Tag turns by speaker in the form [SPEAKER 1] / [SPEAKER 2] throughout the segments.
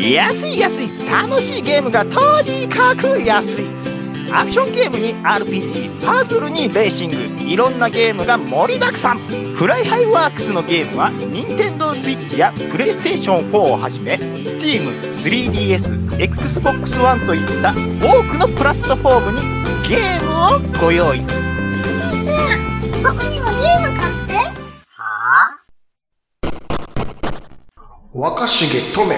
[SPEAKER 1] 安い安い楽しいゲームがとにかく安いアクションゲームに RPG パズルにレーシングいろんなゲームが盛りだくさんフライハイワークスのゲームは NintendoSwitch や PlayStation4 をはじめ Steam3DSXbox One といった多くのプラットフォームにゲームをご用意
[SPEAKER 2] じいちゃん、僕にもゲーム買って。
[SPEAKER 3] 若重とめ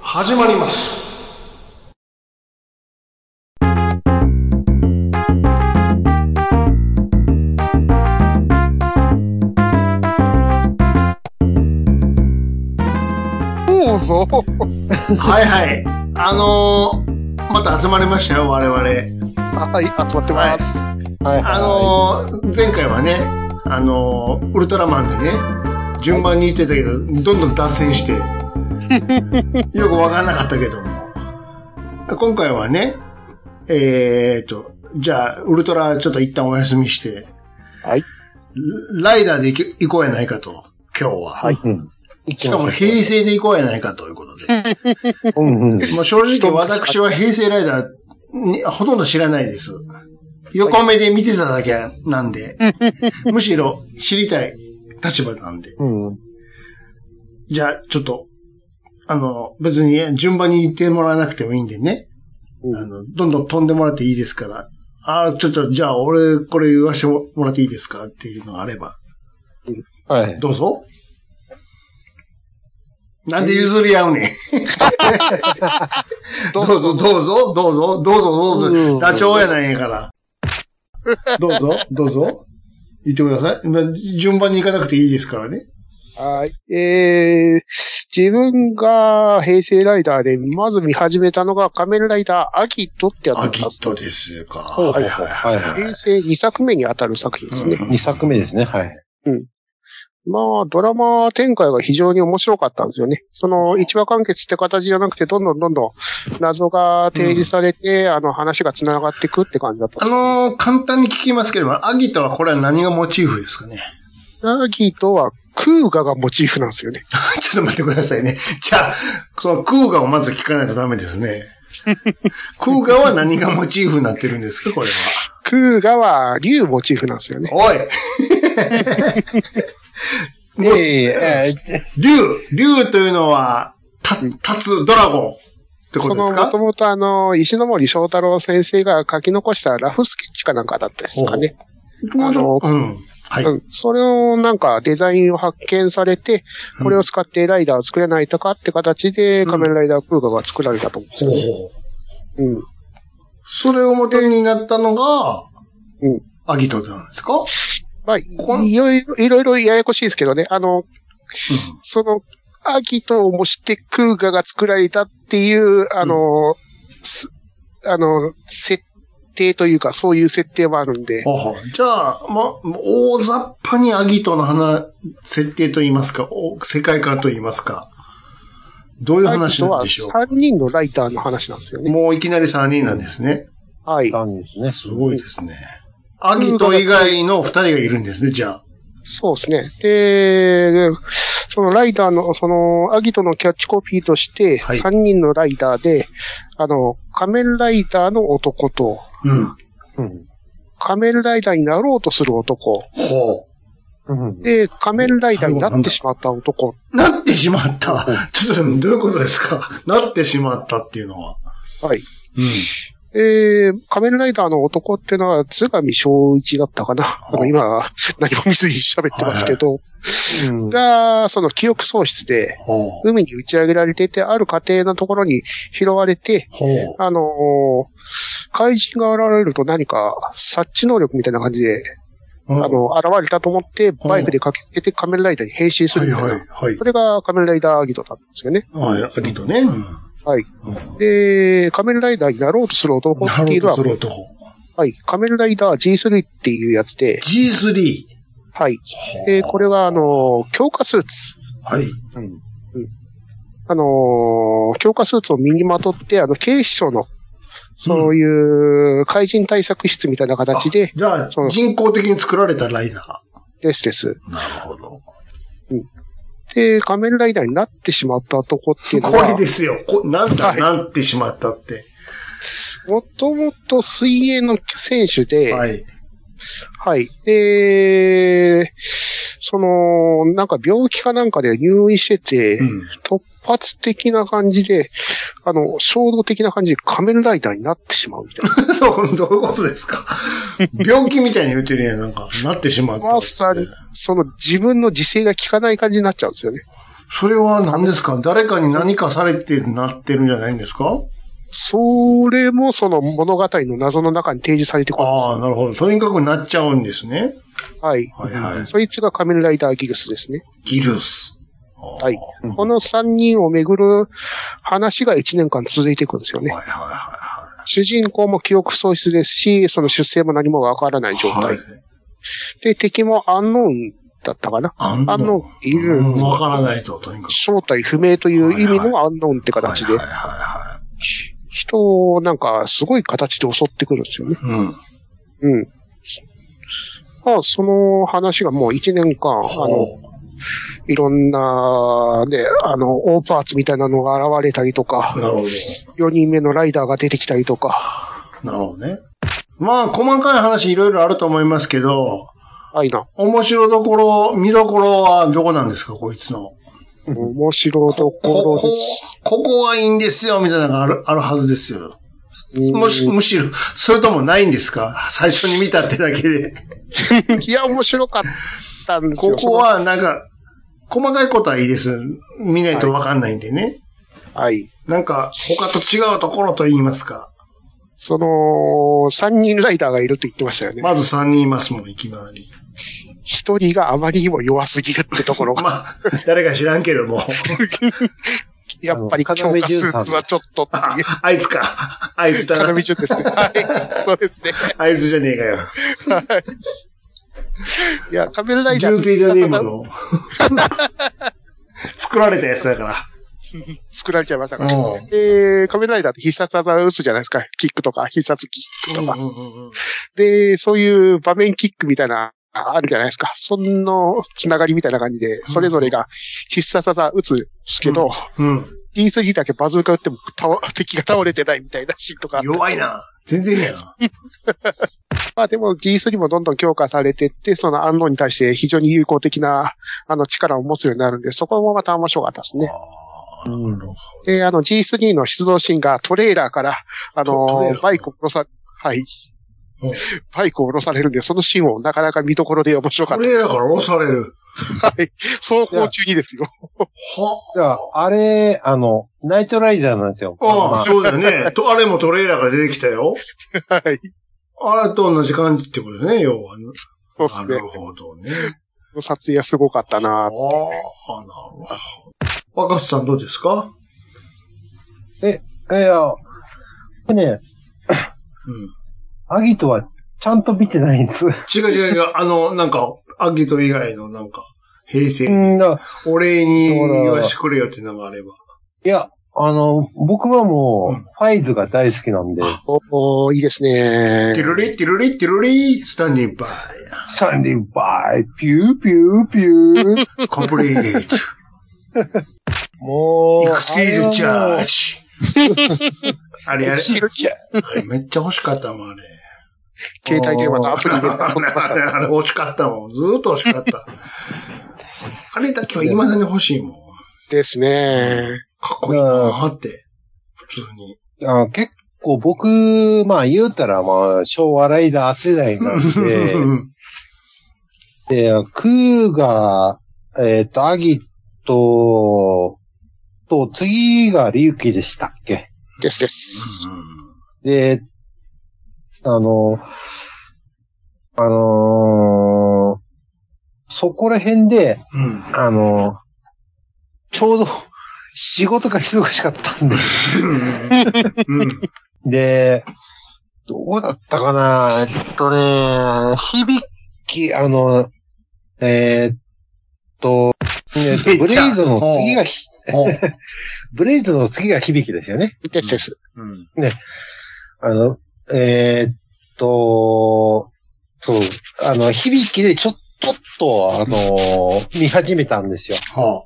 [SPEAKER 3] 始まります
[SPEAKER 4] どうぞ。
[SPEAKER 3] はいはいあのー、また集まりましたよ我々
[SPEAKER 4] はい、集まってます。はい。
[SPEAKER 3] あのー、前回はねあのー、ウルトラマンでね順番に言ってたけどどんどん脱線 してよくわからなかったけども今回はねえーとじゃあウルトラちょっと一旦お休みして
[SPEAKER 4] はい
[SPEAKER 3] ライダーで行け行こうやないかと今日は
[SPEAKER 5] はい。うん。
[SPEAKER 4] 行き
[SPEAKER 3] し
[SPEAKER 4] ま
[SPEAKER 3] か
[SPEAKER 4] しょ
[SPEAKER 3] も
[SPEAKER 4] う
[SPEAKER 3] 平成で行こうやないかということで。
[SPEAKER 5] うんうん。
[SPEAKER 3] もう正直私は平成ライダーにほとんど知らないです。横目で見てただけなんで、むしろ知りたい立場なんで。
[SPEAKER 5] うん。
[SPEAKER 3] じゃあ、ちょっと、あの、別に順番に言ってもらわなくてもいいんでね。
[SPEAKER 4] うん
[SPEAKER 3] あの、どんどん飛んでもらっていいですから。ああ、ちょっと、じゃあ俺、これ言わせてもらっていいですかっていうのがあれば。
[SPEAKER 4] はい。
[SPEAKER 3] どうぞ。なんで譲り合うねん。 どうぞ、どうぞ、どうぞ、どうぞ、どう
[SPEAKER 4] う
[SPEAKER 3] ぞ。
[SPEAKER 4] ん
[SPEAKER 3] ダチョウやないんやから。どうぞ、どうぞ。言ってください。ま順番に行かなくていいですからね。
[SPEAKER 4] はい。えー、自分が平成ライダーで、まず見始めたのが仮面ライダーアギトってやつだ
[SPEAKER 3] ア
[SPEAKER 4] った
[SPEAKER 3] ギ
[SPEAKER 4] んで
[SPEAKER 3] ッ
[SPEAKER 4] す。
[SPEAKER 3] トですか。
[SPEAKER 4] う
[SPEAKER 3] はいはいはいは
[SPEAKER 4] 平成2作目に当たる作品ですね。
[SPEAKER 3] うん
[SPEAKER 5] 二作目ですね。はい。
[SPEAKER 4] まあ、ドラマ展開が非常に面白かったんですよね。その、一話完結って形じゃなくて、どんどんどんどん謎が提示されて、あの、話が繋がっていくって感じだったんです
[SPEAKER 3] い。あのー簡単に聞きますけれども、アギトはこれは何がモチーフですかね。
[SPEAKER 4] アギトは空ガがモチーフなんですよね。
[SPEAKER 3] ちょっと待ってくださいね。じゃあ、その空ガをまず聞かないとダメですね。 空ガは何がモチーフになってるんですかこれは。
[SPEAKER 4] 空ガは竜モチーフなんですよね。
[SPEAKER 3] おい
[SPEAKER 5] ええ、ええ、
[SPEAKER 3] 竜竜というのは、た、立つドラゴンってことですか
[SPEAKER 4] その、もともとあの、石ノ森章太郎先生が書き残したラフスケッチかなんかだったですかね。
[SPEAKER 3] もうちょ
[SPEAKER 4] あ
[SPEAKER 3] うん。はい。
[SPEAKER 4] うん。それをなんかデザインを発見されて、これを使ってライダーを作れないとかって形で仮面ライダー空ガが作られたと思うんです
[SPEAKER 3] ほう
[SPEAKER 4] よ
[SPEAKER 3] ほ
[SPEAKER 4] ね。
[SPEAKER 3] う。
[SPEAKER 4] うん。
[SPEAKER 3] それを元になったのが、
[SPEAKER 4] うん
[SPEAKER 3] アギトなんですか、
[SPEAKER 4] まあ、
[SPEAKER 3] こん
[SPEAKER 4] いろいろ、いろいろややこしいですけどね。あの、その、アギトを模して空ガが作られたっていう、あの、すあの、設定というか、そういう設定もあるんで。
[SPEAKER 3] ほうほうじゃあ、ま、大雑把にアギトの話、設定と言いますか、お世界観と言いますか、どういう
[SPEAKER 4] アギ
[SPEAKER 3] 話
[SPEAKER 4] ト
[SPEAKER 3] なん
[SPEAKER 4] は
[SPEAKER 3] でしょ
[SPEAKER 4] 3人のライターの話なんですよ
[SPEAKER 3] う
[SPEAKER 4] ね。
[SPEAKER 3] もういきなり3人なんですね。
[SPEAKER 4] はい。
[SPEAKER 5] なんですね。
[SPEAKER 3] すごいですね。アギト以外の2人がいるんですね、じゃあ。
[SPEAKER 4] そうですね。で、そのライダーの、その、アギトのキャッチコピーとして、
[SPEAKER 3] はい
[SPEAKER 4] 3人のライダーで、あの、仮面ライダーの男と、
[SPEAKER 3] うん。
[SPEAKER 5] うん。
[SPEAKER 4] 仮面ライダーになろうとする男、
[SPEAKER 3] ほ
[SPEAKER 5] うん。
[SPEAKER 4] で、仮面ライダーになってしまった男。
[SPEAKER 3] う。なってしまった。ちょっと、どういうことですかなってしまったっていうのは。
[SPEAKER 4] はい。
[SPEAKER 3] うん。
[SPEAKER 4] えー、仮面ライダーの男っていうのは、津上正一だったかな。あの、今、何も見ずに喋ってますけど、
[SPEAKER 5] うん
[SPEAKER 4] が、その記憶喪失で、
[SPEAKER 3] ほう。
[SPEAKER 4] 海に打ち上げられてて、ある家庭のところに拾われて、
[SPEAKER 3] ほう。
[SPEAKER 4] あのー怪人が現れると何か察知能力みたいな感じで、
[SPEAKER 3] あ
[SPEAKER 4] あの、現れたと思って、バイクで駆けつけて仮面ライダーに変身す
[SPEAKER 3] は
[SPEAKER 4] る
[SPEAKER 3] い
[SPEAKER 4] みたいな。
[SPEAKER 3] はいはい
[SPEAKER 4] そ。れが仮面ライダーアギトなんですよね。
[SPEAKER 3] はい、アギトね。うん
[SPEAKER 4] はい。
[SPEAKER 3] うん
[SPEAKER 4] で、仮面ライダーになろうとする男
[SPEAKER 3] な
[SPEAKER 4] ってい
[SPEAKER 3] る
[SPEAKER 4] うの
[SPEAKER 3] ほど、
[SPEAKER 4] は
[SPEAKER 3] そ、れ男。
[SPEAKER 4] はい。仮面ライダー G3 っていうやつで、
[SPEAKER 3] G3。
[SPEAKER 4] はい。で、これが、あのー強化スーツ。
[SPEAKER 3] はい。
[SPEAKER 5] うん。
[SPEAKER 4] あのー強化スーツを身にまとって、あの、警視庁の、そういう、怪人対策室みたいな形で、
[SPEAKER 3] じゃあ
[SPEAKER 4] そ、う
[SPEAKER 3] 人工的に作られたライダ
[SPEAKER 4] ですです。
[SPEAKER 3] ー。なるほど。
[SPEAKER 4] で、仮面ライダーになってしまった男っていうの
[SPEAKER 3] これ
[SPEAKER 4] は、
[SPEAKER 3] ですよ。こなんだ、
[SPEAKER 4] はい
[SPEAKER 3] なんてしまったって。
[SPEAKER 4] もともと水泳の選手で、はい。
[SPEAKER 3] はい。
[SPEAKER 4] で、その、なんか病気かなんかで入院してて、
[SPEAKER 3] うん。
[SPEAKER 4] 突発的な感じで、あの、衝動的な感じで仮面ライダーになってしまうみた いな。
[SPEAKER 3] そう、どういうことですか病気みたいに言ってるやん、なんか、なってしまった。
[SPEAKER 4] まさに、その自分の自制が効かない感じになっちゃうんですよね。
[SPEAKER 3] それは何ですか誰かに何かされてなってるんじゃないんですか
[SPEAKER 4] それもその物語の謎の中に提示されてくるん
[SPEAKER 3] ああ、なるほど。とにかくなっちゃうんですね。
[SPEAKER 4] です。はい。
[SPEAKER 3] はいはい。
[SPEAKER 4] そいつが仮面ライダーギルスですね。
[SPEAKER 3] ギルス。
[SPEAKER 4] は。
[SPEAKER 3] はい
[SPEAKER 4] この三人をめぐる話が一年間続いていくんですよ
[SPEAKER 3] はい
[SPEAKER 4] ね。
[SPEAKER 3] はいは
[SPEAKER 4] 主人公も記憶喪失ですし、その出生も何もわからない
[SPEAKER 3] い。
[SPEAKER 4] 状態。
[SPEAKER 3] はい。
[SPEAKER 4] で、敵もアンノーンだったかな。
[SPEAKER 3] あん
[SPEAKER 4] アンノ
[SPEAKER 3] の、
[SPEAKER 4] ーン、いる、
[SPEAKER 3] うんわからないと、とにかく。
[SPEAKER 4] 正体不明という意味
[SPEAKER 3] はい
[SPEAKER 4] のアンノーンって
[SPEAKER 3] はい
[SPEAKER 4] 形
[SPEAKER 3] はい
[SPEAKER 4] で、
[SPEAKER 3] は
[SPEAKER 4] 人をなんかすごい形で襲ってくるんですよね。
[SPEAKER 3] いはい。うん。
[SPEAKER 4] うん。まあ、その話がもう一年間、あの、
[SPEAKER 3] ほ
[SPEAKER 4] いろんな、ね、あの、オーパーツみたいなのが現れたりと
[SPEAKER 3] う
[SPEAKER 4] か、
[SPEAKER 3] なるほど。
[SPEAKER 4] 4人目のライダーが出てきたりとか、
[SPEAKER 3] なるほどね。まあ、細かい話いろいろあると思いますけど、
[SPEAKER 4] あいな、
[SPEAKER 3] 面白どころ、見どころはどこなんですか、こいつの。
[SPEAKER 4] 面白ど
[SPEAKER 3] こ
[SPEAKER 4] ころ
[SPEAKER 3] こ
[SPEAKER 4] で、す。
[SPEAKER 3] ここはいいんですよ、みたいなのがある、あるはずですよ。もし、
[SPEAKER 4] うん
[SPEAKER 3] むしろ、それともないんですか最初に見たってだけで。
[SPEAKER 4] いや、面白かったんです
[SPEAKER 3] こ
[SPEAKER 4] よ。
[SPEAKER 3] こは、なんか、細かいことはいいです。見ないとわかんないんでね。
[SPEAKER 4] その、はい。
[SPEAKER 3] なんか、他と違うところと言いますか。
[SPEAKER 4] その、3人ライダーがいると言ってましたよね。
[SPEAKER 3] まず3人いますもん、いきなり。
[SPEAKER 4] 1人があまりにも弱すぎるってところ
[SPEAKER 3] ま
[SPEAKER 4] が、
[SPEAKER 3] あ、誰か知らんけ ども。
[SPEAKER 4] やっぱり強化スーツはちょっと って
[SPEAKER 3] あ
[SPEAKER 4] いう。
[SPEAKER 3] あいつか。あいつだ
[SPEAKER 4] 金
[SPEAKER 3] な
[SPEAKER 4] 見。順ですね。はい。そうですね。
[SPEAKER 3] あいつじゃねえかよ。
[SPEAKER 4] いや、仮面ライダー。
[SPEAKER 3] 純正じゃねえもの。作られたやつだから。
[SPEAKER 4] 作られちゃいましたから。
[SPEAKER 3] うん
[SPEAKER 4] で、仮面ライダーって必殺技を打つじゃないですか。キックとか、必殺キックとか。
[SPEAKER 3] うんうん
[SPEAKER 4] で、そういう場面キックみたいな、あるじゃないですか。そのつながりみたいな感じで、それぞれが必殺技打つんですけど、
[SPEAKER 3] うんうん
[SPEAKER 4] D3 だけバズーカ打っても倒敵が倒れてないみたいなシーンとか。
[SPEAKER 3] 弱いな。全然やな。
[SPEAKER 4] まあでも D3 もどんどん強化されてって、その安納に対して非常に有効的な、あの、力を持つようになるんで、そこもまた面白かったですね。
[SPEAKER 3] あーなるほど
[SPEAKER 4] で、あの G3 の出動シーンがトレーラーから、あ
[SPEAKER 3] トトレー
[SPEAKER 4] の
[SPEAKER 3] ラー
[SPEAKER 4] バイクを降ろさ、はい
[SPEAKER 3] うん。
[SPEAKER 4] バイクを降ろされるんで、そのシーンをなかなか見どころで面白か
[SPEAKER 3] ト
[SPEAKER 4] った。
[SPEAKER 3] レーラーから降ろされる。
[SPEAKER 4] 走行中にですよ。
[SPEAKER 3] は
[SPEAKER 5] じゃあ、あれ、あの、ナイトライダーなんですよ。
[SPEAKER 3] ああ、
[SPEAKER 5] ま
[SPEAKER 3] そうだよね。と、あれもトレーラーが出てきたよ。
[SPEAKER 4] はい。
[SPEAKER 3] あれと同じ感じってことね、要は。
[SPEAKER 4] そうです
[SPEAKER 3] な
[SPEAKER 4] ね
[SPEAKER 3] る。ほどね。
[SPEAKER 4] 撮影はすごかったな
[SPEAKER 3] ああ、なるほど。若狭さんどうですか
[SPEAKER 5] あ、いや、ね、
[SPEAKER 3] うん。
[SPEAKER 5] アギトはちゃんと見てないんです。
[SPEAKER 3] 違う違う違う。あの、なんか、アギト以外のなんか、平
[SPEAKER 5] う
[SPEAKER 3] 成、
[SPEAKER 5] ん、だ
[SPEAKER 3] お礼に言わしてくれよってのがあれば。
[SPEAKER 5] いや、あの、僕はも
[SPEAKER 3] うん
[SPEAKER 5] う、ファイズが大好きなんで、
[SPEAKER 4] おおいいです
[SPEAKER 3] テ
[SPEAKER 4] ね。
[SPEAKER 3] ィルリ、ティルリ、ティルリ、スタンディンバ
[SPEAKER 5] サンディバイ、ピューピューピュ ー。
[SPEAKER 3] イ、コンプリート、
[SPEAKER 5] もう、
[SPEAKER 3] エクセルチャー
[SPEAKER 5] ー。
[SPEAKER 3] ジ。あれあれ
[SPEAKER 5] エク、セルチャー。
[SPEAKER 3] あれめっちゃ欲しかったもん、あれ。
[SPEAKER 4] 携帯電話のアプリで
[SPEAKER 3] あ
[SPEAKER 4] 撮ってました
[SPEAKER 3] れ、
[SPEAKER 4] ね。
[SPEAKER 3] あれ欲しかったもん。ずーっと欲しかった。あれだけは未だに欲しいもん。
[SPEAKER 4] ですね。
[SPEAKER 3] かっこいいなーって。普通に。
[SPEAKER 5] あ結構僕、まあ言うたらまあ昭和ライダー世代なんで、で、クーガー、えっ、と、アギトと、次がリュウキでしたっけ
[SPEAKER 4] ですです。
[SPEAKER 5] で、あの、あのーそこら辺で、
[SPEAKER 3] うんうん
[SPEAKER 5] あのちょうど仕事が忙しかったんで、
[SPEAKER 3] うんうん
[SPEAKER 5] で、どうだったかなえっとね、響き、あの、えーっと、 えっとブレイドの次がひ、 ブレイドの次が響きですよね。
[SPEAKER 4] ですです。
[SPEAKER 3] うん
[SPEAKER 5] あの、えーっと、そう、あの、響きでちょっと、ちょっと、あの、見始めたんですよ。
[SPEAKER 3] は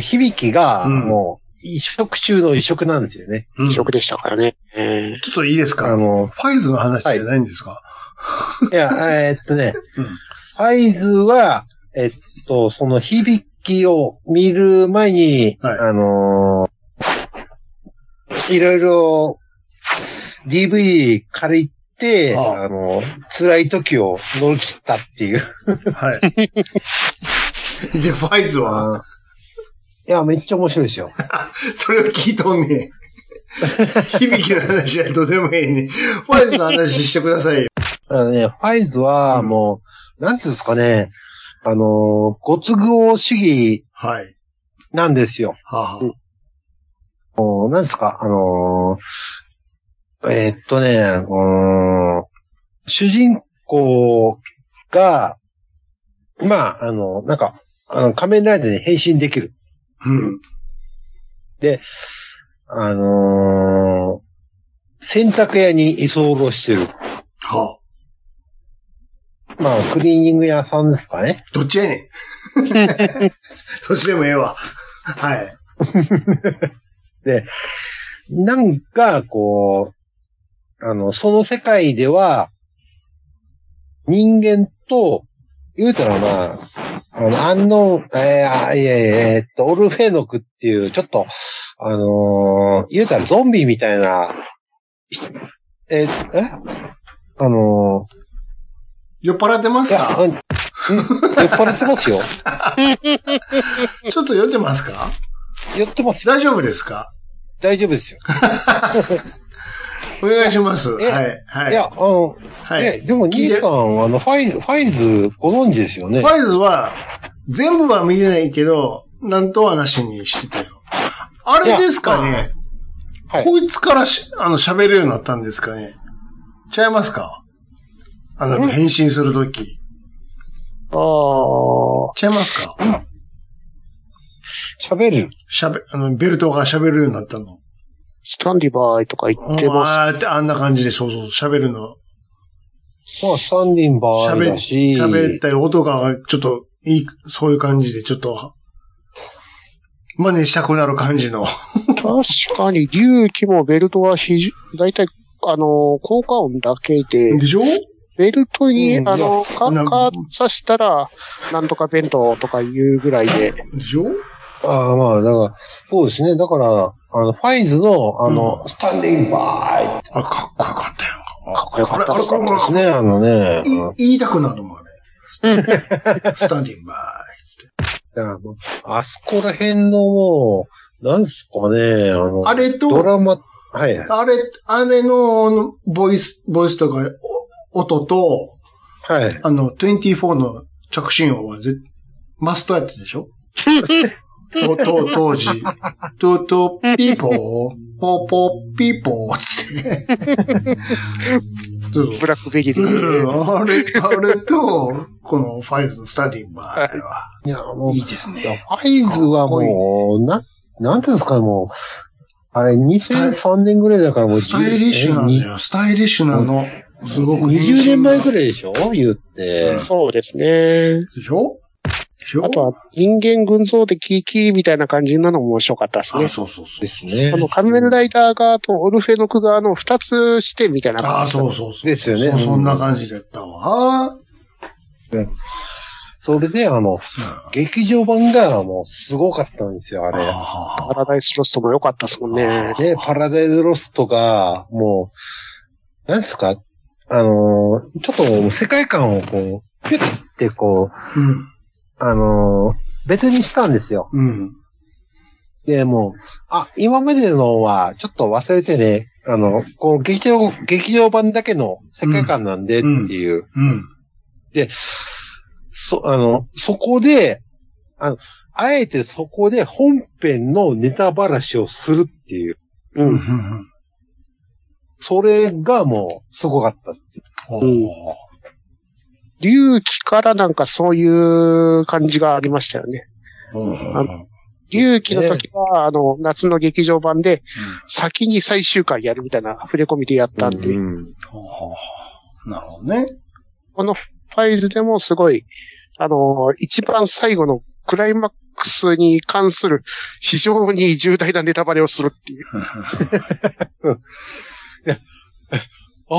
[SPEAKER 5] 響が、
[SPEAKER 3] うん
[SPEAKER 5] もう、移植中の移植なんですよね。
[SPEAKER 3] うん
[SPEAKER 4] シ
[SPEAKER 3] ち
[SPEAKER 4] ョ
[SPEAKER 3] ょ
[SPEAKER 4] ックでしたからね。えー
[SPEAKER 3] っといいです
[SPEAKER 5] あ
[SPEAKER 3] か
[SPEAKER 5] の、
[SPEAKER 3] ファイズの話じゃないんですか、
[SPEAKER 5] いや、えーっとね、
[SPEAKER 3] うん
[SPEAKER 5] 合図は、えっと、その響きを見る前に、
[SPEAKER 3] はい
[SPEAKER 5] あのーいろいろ DV 借りて、
[SPEAKER 3] ああ
[SPEAKER 5] あの、辛い時を乗り切ったっていう。
[SPEAKER 3] はい。で、ファイズは、
[SPEAKER 5] いや、めっちゃ面白いですよ。
[SPEAKER 3] それを聞いとんねん。響きの話はどうでもいいね。ファイズの話してくださいよ。
[SPEAKER 5] あのね、ファイズは
[SPEAKER 3] うん
[SPEAKER 5] もう、なんていうんですかね、あのーご都合主義
[SPEAKER 3] はい。
[SPEAKER 5] なんですよ。
[SPEAKER 3] はあはあ
[SPEAKER 5] おなんですか、あのーえーっとね、うーん主人公が、まあ、あの、なんか、あの仮面ライダーに変身できる。
[SPEAKER 3] うん。
[SPEAKER 5] あのー洗濯屋に居候してる。
[SPEAKER 3] はあ。
[SPEAKER 5] まあ、クリーニング屋さんですかね。
[SPEAKER 3] どっちやねん。 どっちでもええわ。はい。
[SPEAKER 5] なんか、こう、あの、その世界では、人間と、言うたらまあ、あの、アンノン、えーあいやいや、えーっと、オルフェノクっていう、ちょっと、あのー言うたらゾンビみたいな、えーえあの
[SPEAKER 3] 酔っ払ってま
[SPEAKER 5] ー
[SPEAKER 3] す
[SPEAKER 5] いや、あ
[SPEAKER 3] か
[SPEAKER 5] んん酔っ払ってますよ。
[SPEAKER 3] ちょっと酔ってますか
[SPEAKER 5] 酔ってますよ。
[SPEAKER 3] 大丈夫ですか
[SPEAKER 5] 大丈夫ですよ。
[SPEAKER 3] お願いします。は
[SPEAKER 5] え
[SPEAKER 3] い。はい
[SPEAKER 5] い、や、あの、
[SPEAKER 3] はい。
[SPEAKER 5] え、でも兄さん、あの、ファイズ、ファイズご存知ですよね
[SPEAKER 3] フ。ァイズは、全部は見れないけど、なんとはなしにしてたよ。あれですか
[SPEAKER 5] い
[SPEAKER 3] ね、
[SPEAKER 5] はい
[SPEAKER 3] こいつからしあの喋るようになったんですかねちゃいますかあの、
[SPEAKER 4] ん
[SPEAKER 3] 変身するとき。
[SPEAKER 4] ああ、
[SPEAKER 3] ちゃいますか
[SPEAKER 5] 喋る。
[SPEAKER 3] 喋、あの、ベルトが喋るようになったの。
[SPEAKER 4] スタンリバーイとか言ってます。
[SPEAKER 3] あーってあんな感じで、そうそう、喋るの。
[SPEAKER 5] まあ、スタンディンバー
[SPEAKER 3] 喋
[SPEAKER 5] だし、
[SPEAKER 3] 喋ったり、音がちょっと、いい、そういう感じで、ちょっと、真似したくなる感じの。
[SPEAKER 4] 確かに、隆起もベルトは非常、だいたい、あの、効果音だけで、
[SPEAKER 3] でしょ
[SPEAKER 4] ベルトに、
[SPEAKER 5] うん
[SPEAKER 4] あの、カ
[SPEAKER 3] な
[SPEAKER 4] ンカンさしたら、なんとか弁当とか言うぐらいで、
[SPEAKER 3] でしょ
[SPEAKER 5] ああ、まあ、だから、そうですね。だから、あの、ファイズの、あの、スタンディンバ
[SPEAKER 3] あれ、かっこよかったよ。
[SPEAKER 4] かっこよかったっす
[SPEAKER 3] あれあれ
[SPEAKER 5] ーですね、あのね。
[SPEAKER 3] い言いたくなるもん、あれ。スタンディングバーイっつって。
[SPEAKER 5] あのあそこら辺のもう、なんすかね、あの、
[SPEAKER 3] あれ
[SPEAKER 5] ド
[SPEAKER 3] と、
[SPEAKER 5] ラマ、はいはい。
[SPEAKER 3] あれ、あれのボイス、ボイスとか、お音と、
[SPEAKER 5] はい。
[SPEAKER 3] あの、24の着信音はぜ、マストやってたでしょと、と、当時。と、と、ピーポー、ポーポー、ピーポーっつって。そうそう
[SPEAKER 4] ブラックベリーで。
[SPEAKER 3] うんあれ、あれと、このファイズのスタンディングバーイは、
[SPEAKER 5] いや、もう、
[SPEAKER 3] い
[SPEAKER 5] い
[SPEAKER 3] いです
[SPEAKER 5] や
[SPEAKER 3] ね。
[SPEAKER 5] ファイズはもう、な、なんていうんですかね、もう、あれ、2003年ぐらいだからもう、
[SPEAKER 3] スタイリッシュなんだよ。スタイリッシュなの。すごく。
[SPEAKER 5] 20年前く
[SPEAKER 3] い。
[SPEAKER 5] らいでしょ言って。
[SPEAKER 4] そうですね。
[SPEAKER 3] でしょでしょ
[SPEAKER 4] あとは、人間群像でキーキーみたいな感じなのも面白かったです
[SPEAKER 3] あ、
[SPEAKER 4] ね。
[SPEAKER 3] そうそうそう。
[SPEAKER 5] ですね
[SPEAKER 4] あ。の、仮面ライダー側とオルフェノク側の二つしてみたいな
[SPEAKER 3] あ
[SPEAKER 4] 感
[SPEAKER 3] あ、
[SPEAKER 4] じ。
[SPEAKER 3] そうそうそう。
[SPEAKER 5] ですよ
[SPEAKER 3] そ
[SPEAKER 5] ね
[SPEAKER 3] う
[SPEAKER 5] うん
[SPEAKER 3] そんな感じだったわ。
[SPEAKER 5] それで、あの、劇場版がもうすごかったんですよ、あ
[SPEAKER 3] あ
[SPEAKER 5] れ。
[SPEAKER 3] あ
[SPEAKER 4] パラダイスロストも良かったですもんね。
[SPEAKER 5] で、パラダイスロストが、もう、なんですか、あのー、ちょっともう世界観をこう、ピュッてこう、
[SPEAKER 3] うん。
[SPEAKER 5] あのー、別にしたんですよ。
[SPEAKER 3] うん。
[SPEAKER 5] で、もう、あ、今までのはちょっと忘れてね、あの、こう、劇場、劇場版だけの世界観なんでっていう。
[SPEAKER 3] うん。
[SPEAKER 5] そ、あの、そこで、あの、あえてそこで本編のネタばらしをするっていう。
[SPEAKER 4] う。
[SPEAKER 3] うんん。
[SPEAKER 5] それがもう、すごかった。
[SPEAKER 3] うん。
[SPEAKER 4] 隆起からなんかそういう感じがありましたよね。隆起の時は、あの、夏の劇場版で、先に最終回やるみたいな触れ込みでやったんで、
[SPEAKER 3] なるほどね。
[SPEAKER 4] このファイズでもすごい、あの、一番最後のクライマックスに関する非常に重大なネタバレをするっていう。
[SPEAKER 5] あ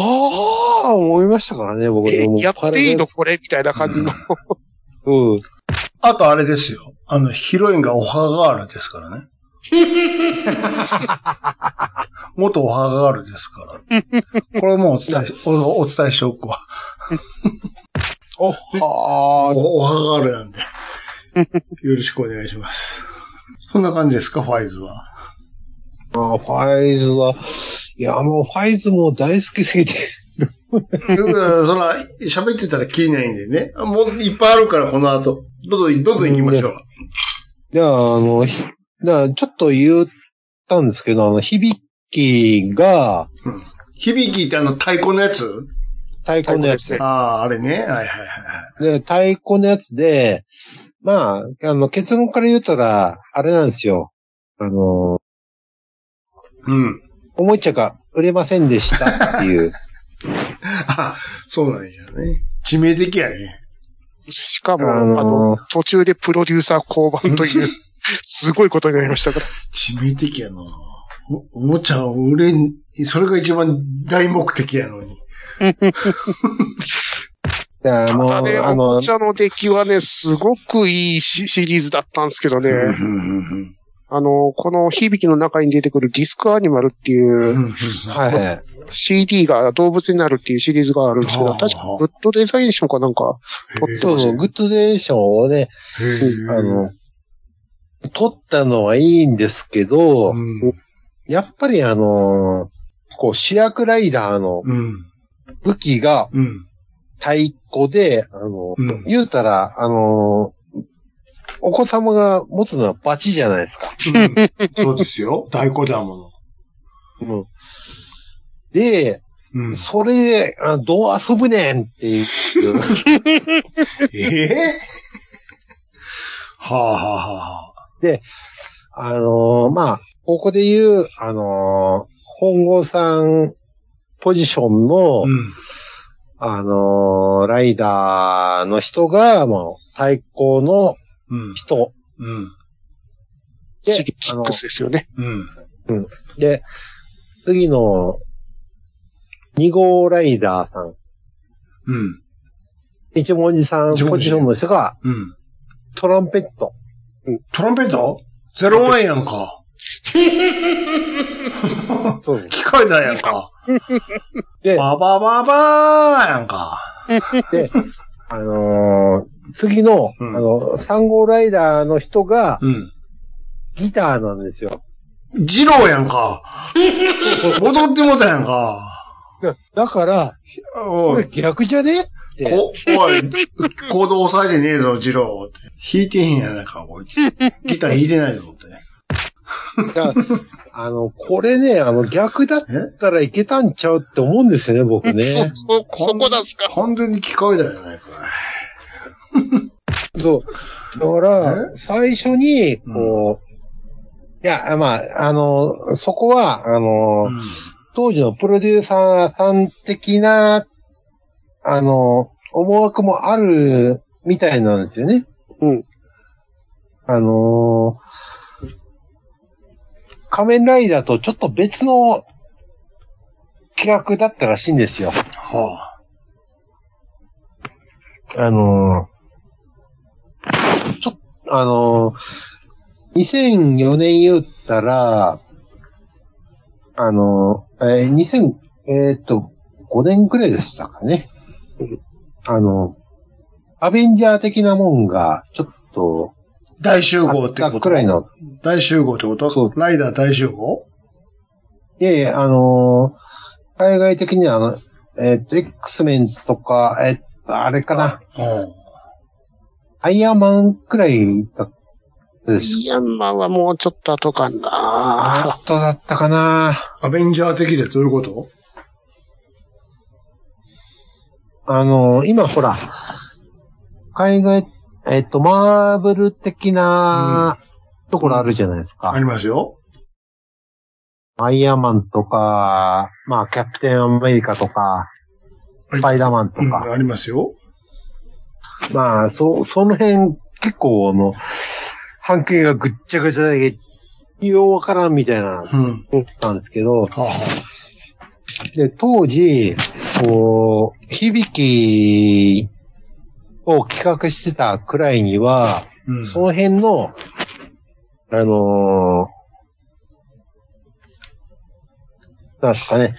[SPEAKER 5] あ、思いましたからね、僕。
[SPEAKER 4] え
[SPEAKER 5] もう
[SPEAKER 4] やっていいの
[SPEAKER 5] パ
[SPEAKER 4] これみたいな感じの。
[SPEAKER 5] ラうん。
[SPEAKER 3] あとあれですよ。あの、ヒロインがオハガールですから ね。元オハガールですから。これはもうお伝え、おお伝えしておくわ。
[SPEAKER 5] おはー。
[SPEAKER 3] おおハガールなんで。よろしくお願いします。そんな感じですか、ファイズは。
[SPEAKER 5] まあ、ファイズは、いや、もうファイズも大好きすぎて。
[SPEAKER 3] だからそら、喋ってたら切りないんでね。もういっぱいあるから、この後。どんどん、どんどん行きましょう。
[SPEAKER 5] じゃあ、あの、ひじゃあちょっと言ったんですけど、あの、響きが、
[SPEAKER 3] 響きってあの太鼓のやつ
[SPEAKER 5] 太鼓のやつ。
[SPEAKER 4] ね。
[SPEAKER 3] ああ、あれね。はいはいはい
[SPEAKER 5] で、太鼓のやつで、まあ、あの、結論から言うたら、あれなんですよ。あの、
[SPEAKER 3] はい。うん。
[SPEAKER 5] 思いっちゃが売れませんでしたっていう。
[SPEAKER 3] あ、 そうなんやね。致命的やね。
[SPEAKER 4] しかも、
[SPEAKER 5] あ
[SPEAKER 4] あ
[SPEAKER 5] のー
[SPEAKER 4] の、途中でプロデューサー降板という、 すごいことになりましたから。
[SPEAKER 3] 致命的やなおおもちゃを売れん、それが一番大目的やのに。
[SPEAKER 5] いや、
[SPEAKER 4] た
[SPEAKER 5] もう、
[SPEAKER 4] だね、
[SPEAKER 5] あ
[SPEAKER 4] おも
[SPEAKER 5] の、
[SPEAKER 4] ちゃの出来はね、すごくいいシシリーズだったんですけどね。
[SPEAKER 3] うんうん
[SPEAKER 4] あの、この響きの中に出てくるディスクアニマルって
[SPEAKER 3] うんう
[SPEAKER 4] いうん
[SPEAKER 5] はいはい。
[SPEAKER 4] CD が動物になるっていうシリーズがあるんですけ
[SPEAKER 3] はあは
[SPEAKER 4] ど、
[SPEAKER 3] あ
[SPEAKER 4] 確かグッドデザイン賞かなんか取って
[SPEAKER 5] そう
[SPEAKER 4] まし
[SPEAKER 5] そ
[SPEAKER 4] た
[SPEAKER 5] う、
[SPEAKER 4] ね。
[SPEAKER 5] グッドデーションをね、
[SPEAKER 3] へー
[SPEAKER 5] あの、取ったのはいいんですけど、
[SPEAKER 3] うん
[SPEAKER 5] やっぱりあのーこう、主役ライダーの
[SPEAKER 3] うん
[SPEAKER 5] 武器が
[SPEAKER 3] うん
[SPEAKER 5] 太鼓で、あのー
[SPEAKER 3] うん
[SPEAKER 5] 言うたら、あのーお子様が持つのはバチじゃないですか。
[SPEAKER 3] そうですよ。太鼓だも
[SPEAKER 5] うんで、
[SPEAKER 3] の。うん
[SPEAKER 5] それで、あどう遊ぶねんっていう。
[SPEAKER 3] ええはあはあはあはあ。
[SPEAKER 5] あのーまあ、ここで言う、あのー本郷さんポジションの、
[SPEAKER 3] うん
[SPEAKER 5] あのーライダーの人が、もう、対抗の
[SPEAKER 3] うん
[SPEAKER 5] 人
[SPEAKER 3] うん
[SPEAKER 5] で、
[SPEAKER 4] シゲキックスですよね。
[SPEAKER 3] うん
[SPEAKER 5] あので、次の、2号ライダーさ
[SPEAKER 3] う
[SPEAKER 5] ん、
[SPEAKER 3] ん
[SPEAKER 5] 一文字さんポジションの人が、
[SPEAKER 3] うん
[SPEAKER 5] トランペット。
[SPEAKER 3] トランペットゼロワンやんか。
[SPEAKER 5] そう
[SPEAKER 3] 聞こえたやんか。
[SPEAKER 5] で、
[SPEAKER 3] ババババーやんか。
[SPEAKER 5] あのー次の、
[SPEAKER 3] うん
[SPEAKER 5] あの、3号ライダーの人が、
[SPEAKER 3] うん。
[SPEAKER 5] ギターなんですよ。
[SPEAKER 3] ジローやんか。 戻ってもたやんか。
[SPEAKER 5] だだから、こ
[SPEAKER 3] お
[SPEAKER 5] れ
[SPEAKER 3] い、
[SPEAKER 5] 逆じゃねって。
[SPEAKER 3] こ、おい、行動抑えてねえぞ、ジローって。弾いてへんやないか、こいつ。ギター弾いてないぞって。
[SPEAKER 5] だからあの、これね、あの、逆だったらいけたんちゃうって思うんですよね、僕ね。
[SPEAKER 4] そ、そ、そこなんすか。
[SPEAKER 3] 完全に聞こえたやないか。
[SPEAKER 5] そう。だから、最初に、こう、いや、まあ、あの、そこは、あの、
[SPEAKER 3] うん
[SPEAKER 5] 当時のプロデューサーさん的な、あの、思惑もあるみたいなんですよね。
[SPEAKER 4] うん。
[SPEAKER 5] あの仮面ライダーとちょっと別の企画だったらしいんですよ。
[SPEAKER 3] は
[SPEAKER 5] あのーちょっと、あのー2004年言ったら、あのーえー2000、えーっと、5年くらいでしたかね。あの、アベンジャー的なもんが、ちょっと、
[SPEAKER 3] あ、大集
[SPEAKER 5] あ
[SPEAKER 3] 合っ
[SPEAKER 5] ってた
[SPEAKER 3] こと
[SPEAKER 5] くらいの、
[SPEAKER 3] 大集合ってこ
[SPEAKER 5] そう
[SPEAKER 3] とライダー大集合
[SPEAKER 5] いやいや、あのー海外的には、あの、えーっと、X メンとか、えーっと、あれかな、
[SPEAKER 3] うん。
[SPEAKER 5] アイアンマンくらいだったでし
[SPEAKER 4] イアンマンはもうちょっと後かな。
[SPEAKER 5] あとだったかな
[SPEAKER 3] アベンジャー的でどういうこと
[SPEAKER 5] あの、今ほら、海外、えっと、マーブル的なところあるじゃないですか。
[SPEAKER 3] ありますよ。
[SPEAKER 5] アイアンマンとか、まあ、キャプテンアメリカとか、
[SPEAKER 3] はい
[SPEAKER 5] スパイダーマンと
[SPEAKER 3] うん、
[SPEAKER 5] か、
[SPEAKER 3] ありますよ。
[SPEAKER 5] まあ、そ、その辺、結構、あの、半径がぐっちゃぐちゃで、ようわからんみたいな、
[SPEAKER 3] うん。
[SPEAKER 5] 思ったんですけど、
[SPEAKER 3] はあは
[SPEAKER 5] で、当時、こう、響きを企画してたくらいには、
[SPEAKER 3] あうん。
[SPEAKER 5] その辺の、あのーなんですかね。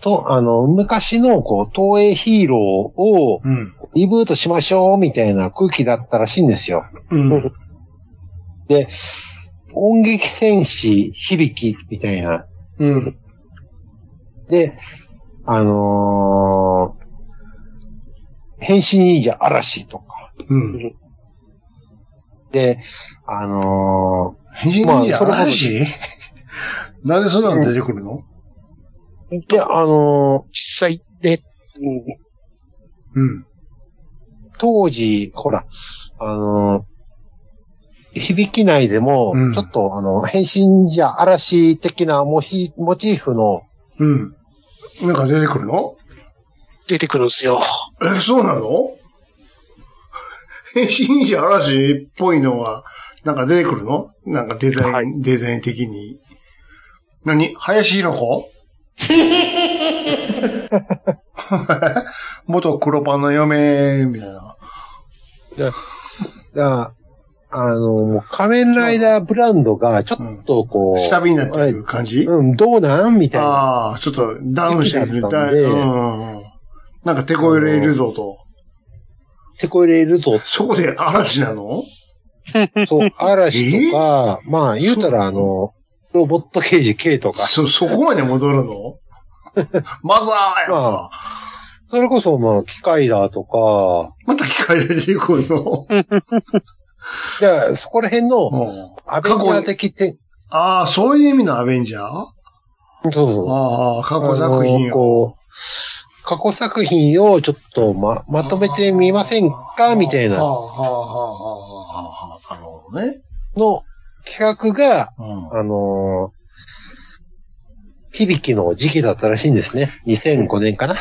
[SPEAKER 5] と、あの、昔の、こう、東映ヒーローを
[SPEAKER 3] うん。
[SPEAKER 5] リブートしましょう、みたいな空気だったらしいんですよ。
[SPEAKER 3] うん。
[SPEAKER 5] 音劇戦士、響き、みたいな。
[SPEAKER 3] うん。
[SPEAKER 5] で、あのー変身忍者嵐とか。
[SPEAKER 3] うん。
[SPEAKER 5] で、あの
[SPEAKER 3] 変身忍者嵐 なんでそんなの出てくるの
[SPEAKER 5] ーで、あの
[SPEAKER 4] 実際ね、うん、
[SPEAKER 3] うん。
[SPEAKER 5] ー当時、ほら、あのー響き内でも、
[SPEAKER 3] うん
[SPEAKER 5] ちょっと、あの、変身者嵐的なモヒモチーフの、
[SPEAKER 3] うん。なんか出てくるの
[SPEAKER 4] 出てくるんですよ。
[SPEAKER 3] え、そうなの 変身忍者嵐っぽいのは、なんか出てくるのなんかデザイン、
[SPEAKER 4] はい
[SPEAKER 3] デザイン的に。何林弘子 元黒パンの嫁、みたいな。
[SPEAKER 5] が、あの、もう仮面ライダーブランドが、ちょっとこう、
[SPEAKER 3] 下火になってる感じ、
[SPEAKER 5] うん、どうなんみたいな。
[SPEAKER 3] ああ、ちょっとダウンしてる。
[SPEAKER 5] 時期だった
[SPEAKER 3] だ
[SPEAKER 5] ん
[SPEAKER 3] い
[SPEAKER 5] で
[SPEAKER 3] うん。なんか手こ入れるぞと。
[SPEAKER 5] てこ入れるぞ。
[SPEAKER 3] そこで嵐なの
[SPEAKER 5] と、嵐とか、まあ、言うたら、あの、ロボット刑事 K とか、
[SPEAKER 3] そ、そこまで戻る のマザーやん
[SPEAKER 5] まそれこそ、まあ、機械だとか、
[SPEAKER 3] また機械で出てくるの
[SPEAKER 5] じゃあ、そこら辺の、
[SPEAKER 3] うん
[SPEAKER 5] アベンジャー的て、
[SPEAKER 3] ああ、そういう意味のアベンジャーあ
[SPEAKER 5] そうそう。
[SPEAKER 3] あ、過去作
[SPEAKER 5] あの
[SPEAKER 3] 品を。
[SPEAKER 5] こう、過去作品をちょっとま、まとめてみませんかみたい
[SPEAKER 3] はあ
[SPEAKER 5] な、
[SPEAKER 3] はあはあはあはあ、なるほどね。
[SPEAKER 5] の企画が、
[SPEAKER 3] うん
[SPEAKER 5] あのー響きの時期だったらしいんですね。2005年かな。
[SPEAKER 3] へえ。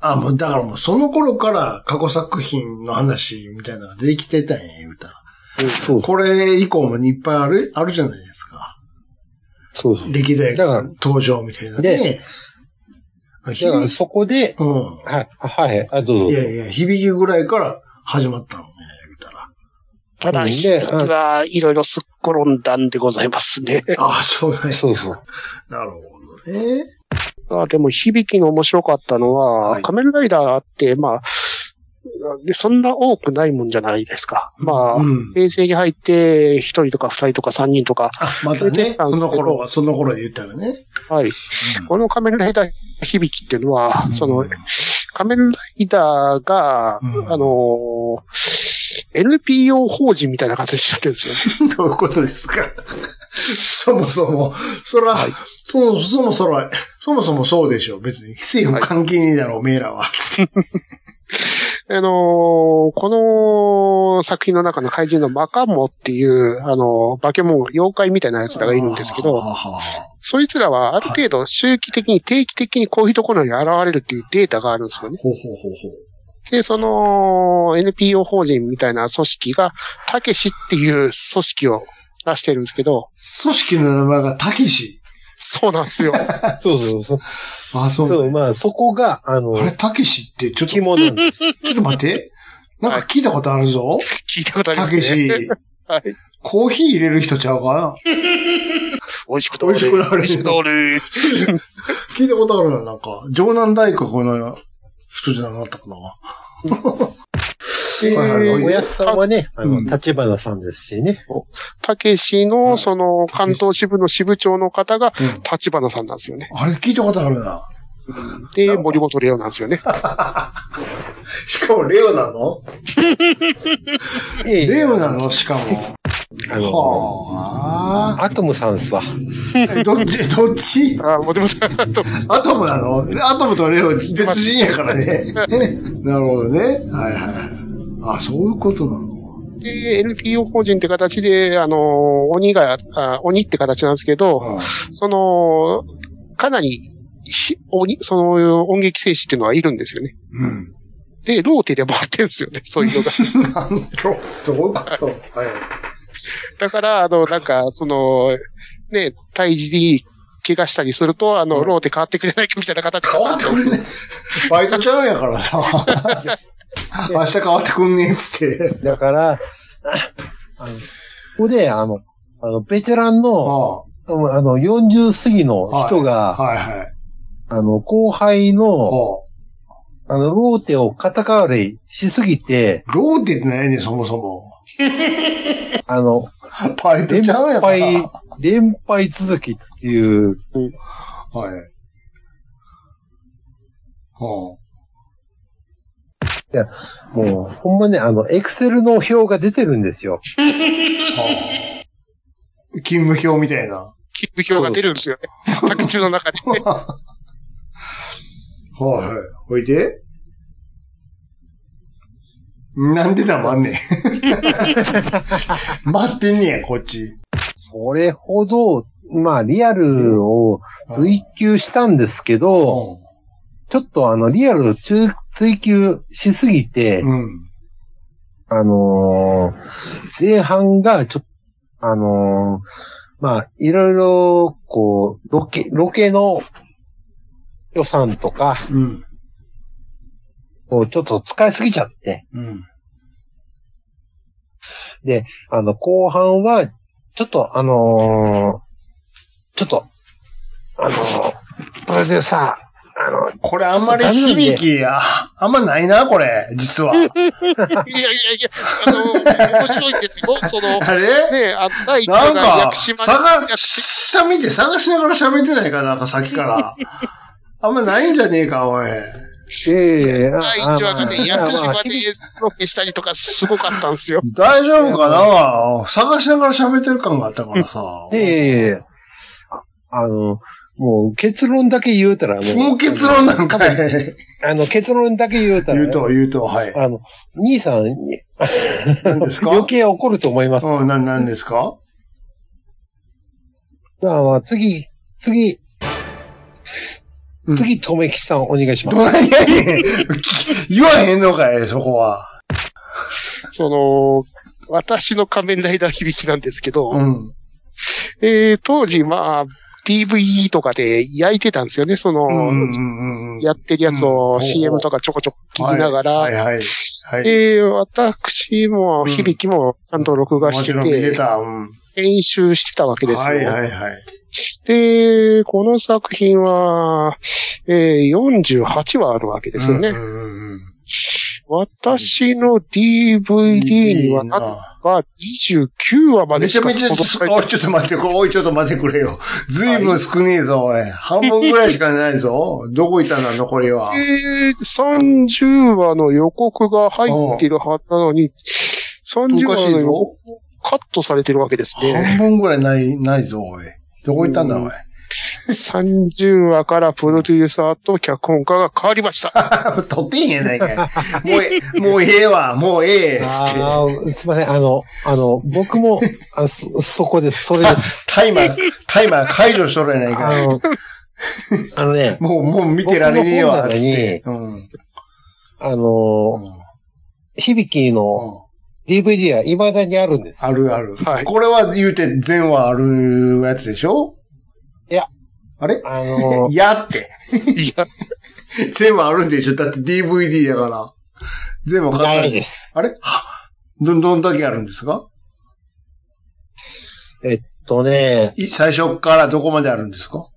[SPEAKER 3] あ、もう、だからもうその頃から過去作品の話みたいなのができてたんや、言うたら。
[SPEAKER 5] そう
[SPEAKER 3] これ以降もいっぱいある、あるじゃないですか。
[SPEAKER 5] そうそう。
[SPEAKER 3] 歴代
[SPEAKER 5] だから
[SPEAKER 3] 登場みたいなね。あ
[SPEAKER 5] だから
[SPEAKER 3] 響
[SPEAKER 5] そこで、
[SPEAKER 3] う
[SPEAKER 5] はい、あはい、はいあ、ど
[SPEAKER 3] ん。
[SPEAKER 5] う
[SPEAKER 3] い
[SPEAKER 5] ぞ。
[SPEAKER 3] やいや、響きぐらいから始まったのね、言うたら。
[SPEAKER 4] ただ、
[SPEAKER 5] うん
[SPEAKER 4] 日々はいろいろすっ転んだんでございますね。
[SPEAKER 3] ああ、そうだね。
[SPEAKER 5] そうそう。
[SPEAKER 3] なるほどね。
[SPEAKER 4] あでも、響きの面白かったのは、
[SPEAKER 3] はい
[SPEAKER 4] 仮面ライダーって、まあ、でそんな多くないもんじゃないですか。まあ、
[SPEAKER 3] うん。
[SPEAKER 4] 平成に入って、一人とか二人とか三人とか、
[SPEAKER 3] あ、またね、その頃は、その頃で言ったらね。
[SPEAKER 4] はい。この仮面ライダー響きっていうのは、
[SPEAKER 3] うん
[SPEAKER 4] その、仮面ライダーが、
[SPEAKER 3] うん
[SPEAKER 4] あのー NPO 法人みたいな形になってるんで すよね。
[SPEAKER 3] どういうことですか そもそも、そら、
[SPEAKER 4] はい
[SPEAKER 3] そそもそら、そもそもそうでしょ、別に。政府関係ねえだろ、おめえらは。つって
[SPEAKER 4] あのーこの作品の中の怪人のマカモっていう、あのー化け物、妖怪みたいなやつらがいるんですけ
[SPEAKER 3] は
[SPEAKER 4] ど、
[SPEAKER 3] あはあはあ
[SPEAKER 4] そいつらはある程度周期的に定期的にこういうところに現れるっていうデータがあるんですよね。
[SPEAKER 3] ほうほうほう
[SPEAKER 4] で、その NPO 法人みたいな組織が、たけしっていう組織を出してるんですけ
[SPEAKER 3] ほ
[SPEAKER 4] ど、
[SPEAKER 3] う。組織の名前がたけし。
[SPEAKER 4] そうな んですよ。
[SPEAKER 5] そうそうそう。
[SPEAKER 3] あ、そう。
[SPEAKER 5] そう、まあ、そこが、あの
[SPEAKER 3] あ、れ、たけしって、ちょっと、ちょ
[SPEAKER 5] 肝なんです。
[SPEAKER 3] っと待って。なんか聞いたことあるぞ。
[SPEAKER 4] 聞いたことあり
[SPEAKER 3] た
[SPEAKER 4] ます
[SPEAKER 3] け
[SPEAKER 4] ね。
[SPEAKER 3] し。
[SPEAKER 4] はい。
[SPEAKER 3] コーヒー入れる人ちゃうか
[SPEAKER 4] 美味しくなれ。
[SPEAKER 3] 美味しくなれ
[SPEAKER 4] 美味しくなれ。
[SPEAKER 3] 聞いたことあるな、なんか。城南大工の人じゃなかったかな。
[SPEAKER 5] で
[SPEAKER 3] はいはいはい
[SPEAKER 5] おやすさんはね、あ
[SPEAKER 3] う
[SPEAKER 5] の、
[SPEAKER 3] ん
[SPEAKER 5] 立花さんですしね。
[SPEAKER 4] たけしの、その、関東支部の支部長の方が、
[SPEAKER 3] うん
[SPEAKER 4] 立花さんなんですよね。
[SPEAKER 3] あれ聞いたことあるな。
[SPEAKER 4] で、森本レオなんですよね。
[SPEAKER 3] しかもレオなの
[SPEAKER 5] ええ
[SPEAKER 3] レオなのしか
[SPEAKER 5] あの、
[SPEAKER 3] も。はあ。
[SPEAKER 5] アトムさんっすわ。
[SPEAKER 3] えどっち、どっち
[SPEAKER 4] あ、森本さ んと。
[SPEAKER 3] アトムなのアトムとレオ別人やからね。 なるほどね。はいはい。あ、そういうことなの
[SPEAKER 4] で、NPO 法人って形で、あの、鬼が、あ鬼って形なんですけど、その、かなり、ひ鬼、その、音劇精子っていうのはいるんですよね。
[SPEAKER 3] うん。
[SPEAKER 4] で、ローテで回ってんすよね、そういうの が。
[SPEAKER 3] なんだろうどういうことはい。
[SPEAKER 4] だから、あの、なんか、その、ね、胎児に怪我したりすると、あの、ローテ変わってくれないかみたいな形
[SPEAKER 3] 変わってくれねえ。バイトちゃうんや からさ。明日変わってくんねえっつ って。
[SPEAKER 5] だから、あの、ここで、あの、あの、ベテラン
[SPEAKER 3] あ
[SPEAKER 5] の、
[SPEAKER 3] あ
[SPEAKER 5] あの、40過ぎの人が、
[SPEAKER 3] はいはい。
[SPEAKER 5] あの、後輩の、
[SPEAKER 3] あ
[SPEAKER 5] あの、ローテを肩代わりしすぎて、
[SPEAKER 3] あローテって何やねん、そもそ も。
[SPEAKER 5] あの、
[SPEAKER 3] バイト
[SPEAKER 5] 連
[SPEAKER 3] ちゃうんやから。
[SPEAKER 5] 敗、連敗続きっていう、
[SPEAKER 3] はい。は
[SPEAKER 5] もう、ほんまね、あの、エクセルの表が出てるんですよ。
[SPEAKER 3] あ、はあ、勤務表みたいな。
[SPEAKER 4] 勤務表が出るんですよ ね。作中の中で。
[SPEAKER 3] はいはい。おいで。なんで黙 んねん。待ってんねや、こっち。
[SPEAKER 5] それほど、まあ、リアルを追求したんですけど、ちょっとあの、リアルを追追求しすぎて、
[SPEAKER 3] うん。うん。
[SPEAKER 5] あのー前半がちょっと、あのーまあ、いろいろ、こう、ロケ、ロケの予算とか、
[SPEAKER 3] うん。
[SPEAKER 5] をちょっと使いすぎちゃって、
[SPEAKER 3] うん。
[SPEAKER 5] あの、後半は、ちょっと、あのーちょっと、あのープロデューサー、あの、
[SPEAKER 3] これあんまり響き、あ、あんまないな、これ、実は。
[SPEAKER 4] いやいやいや、あの、面白いんですよ。その、
[SPEAKER 3] あれ
[SPEAKER 4] ね、あの、第1
[SPEAKER 3] な
[SPEAKER 4] 話
[SPEAKER 3] ん
[SPEAKER 4] が
[SPEAKER 3] か、
[SPEAKER 4] 薬師
[SPEAKER 3] 探、
[SPEAKER 4] 丸
[SPEAKER 3] 下見て探しながら喋ってないかなんかさっきから。あんまないんじゃねえか、おい。
[SPEAKER 5] ええ
[SPEAKER 4] 第1話がね、薬師
[SPEAKER 5] まあ
[SPEAKER 4] 丸でロケしたりとかすごかったんですよ。
[SPEAKER 3] 大丈夫かな探しながら喋ってる感があったからさ。
[SPEAKER 5] でああの、もう結論だけ言うたらもう、
[SPEAKER 3] もう結論なんかい。
[SPEAKER 5] あの、結論だけ言うたら、
[SPEAKER 3] 言うと、言うと、はい。
[SPEAKER 5] あの、兄さんに、
[SPEAKER 3] 何ですか
[SPEAKER 5] 余計怒ると思います。
[SPEAKER 3] うん、な、なんですか
[SPEAKER 5] まあまあ、次、次、
[SPEAKER 3] うん
[SPEAKER 5] 次、とめきさんお願いしま
[SPEAKER 3] ど
[SPEAKER 5] す。
[SPEAKER 3] ないやねん。言わへんのかい、そこは。
[SPEAKER 4] その、私の仮面ライダー響きなんですけど、
[SPEAKER 3] うん。
[SPEAKER 4] えー当時、まあ、DVD とかで焼いてたんですよね、その、
[SPEAKER 3] うんうんうん。
[SPEAKER 4] やってるやつ
[SPEAKER 3] うんほうほ
[SPEAKER 4] を
[SPEAKER 3] う
[SPEAKER 4] CM とかちょこちょこ聞きながら、
[SPEAKER 3] はいはいはい。はい。
[SPEAKER 4] で、私も、
[SPEAKER 3] うん
[SPEAKER 4] 響きも、ちゃんと録画
[SPEAKER 3] も
[SPEAKER 4] し
[SPEAKER 3] ち
[SPEAKER 4] て
[SPEAKER 3] ろん見れ
[SPEAKER 4] て、
[SPEAKER 3] た。うん。
[SPEAKER 4] 編集してたわけです
[SPEAKER 3] は
[SPEAKER 4] よ。
[SPEAKER 3] いはいはい。
[SPEAKER 4] で、この作品は、えー48話あるわけですよね。
[SPEAKER 3] うんうんうん。
[SPEAKER 4] 私の DVD には、なぜか29話ま
[SPEAKER 3] め
[SPEAKER 4] で
[SPEAKER 3] ち
[SPEAKER 4] し
[SPEAKER 3] ゃ
[SPEAKER 4] か
[SPEAKER 3] めちゃ、
[SPEAKER 4] 届か
[SPEAKER 3] おい、ちょっと待って、これおい、ちょっと待ってくれよ。ずいぶん少ねえぞ、おい。半分ぐらいしかないぞ。 どこいたんだ、残りは。
[SPEAKER 4] えー、30話の予告が入ってるはずなのに、30
[SPEAKER 3] おかし
[SPEAKER 4] 話
[SPEAKER 3] い
[SPEAKER 4] の予告
[SPEAKER 3] ぞ。
[SPEAKER 4] カットされてるわけですね。
[SPEAKER 3] 半分ぐらいない、ないぞ、おい。どこいたんだ、おい。
[SPEAKER 4] 30話からプロデューサーと脚本家が変わりました。
[SPEAKER 3] 撮ってんやないかい。もうええ、もうええわ、もうええ、つって。
[SPEAKER 5] ああ、すいません。あの、あの、僕も、あそ、そこです。それです。
[SPEAKER 3] タイマー、タイマー解除しとるやない
[SPEAKER 5] あ
[SPEAKER 3] かい。
[SPEAKER 5] の、あのね、
[SPEAKER 3] もう、もう見てられねえわ、
[SPEAKER 5] 僕の本
[SPEAKER 3] つっ
[SPEAKER 5] 棚に
[SPEAKER 3] て。うん。
[SPEAKER 5] あの、響きの DVD は未だにあるんです。
[SPEAKER 3] あ。るある。
[SPEAKER 4] はい
[SPEAKER 3] これは言うて、全話あるやつでしょ
[SPEAKER 5] いや。
[SPEAKER 3] あれ
[SPEAKER 5] あの
[SPEAKER 3] い、やって。
[SPEAKER 4] いや、
[SPEAKER 3] 全部あるんでしょだって DVD だから。全部買
[SPEAKER 5] な
[SPEAKER 3] った
[SPEAKER 5] いです。
[SPEAKER 3] あれはど、どんだけあるんですか
[SPEAKER 5] とね、
[SPEAKER 3] い最初からどこまであるんですか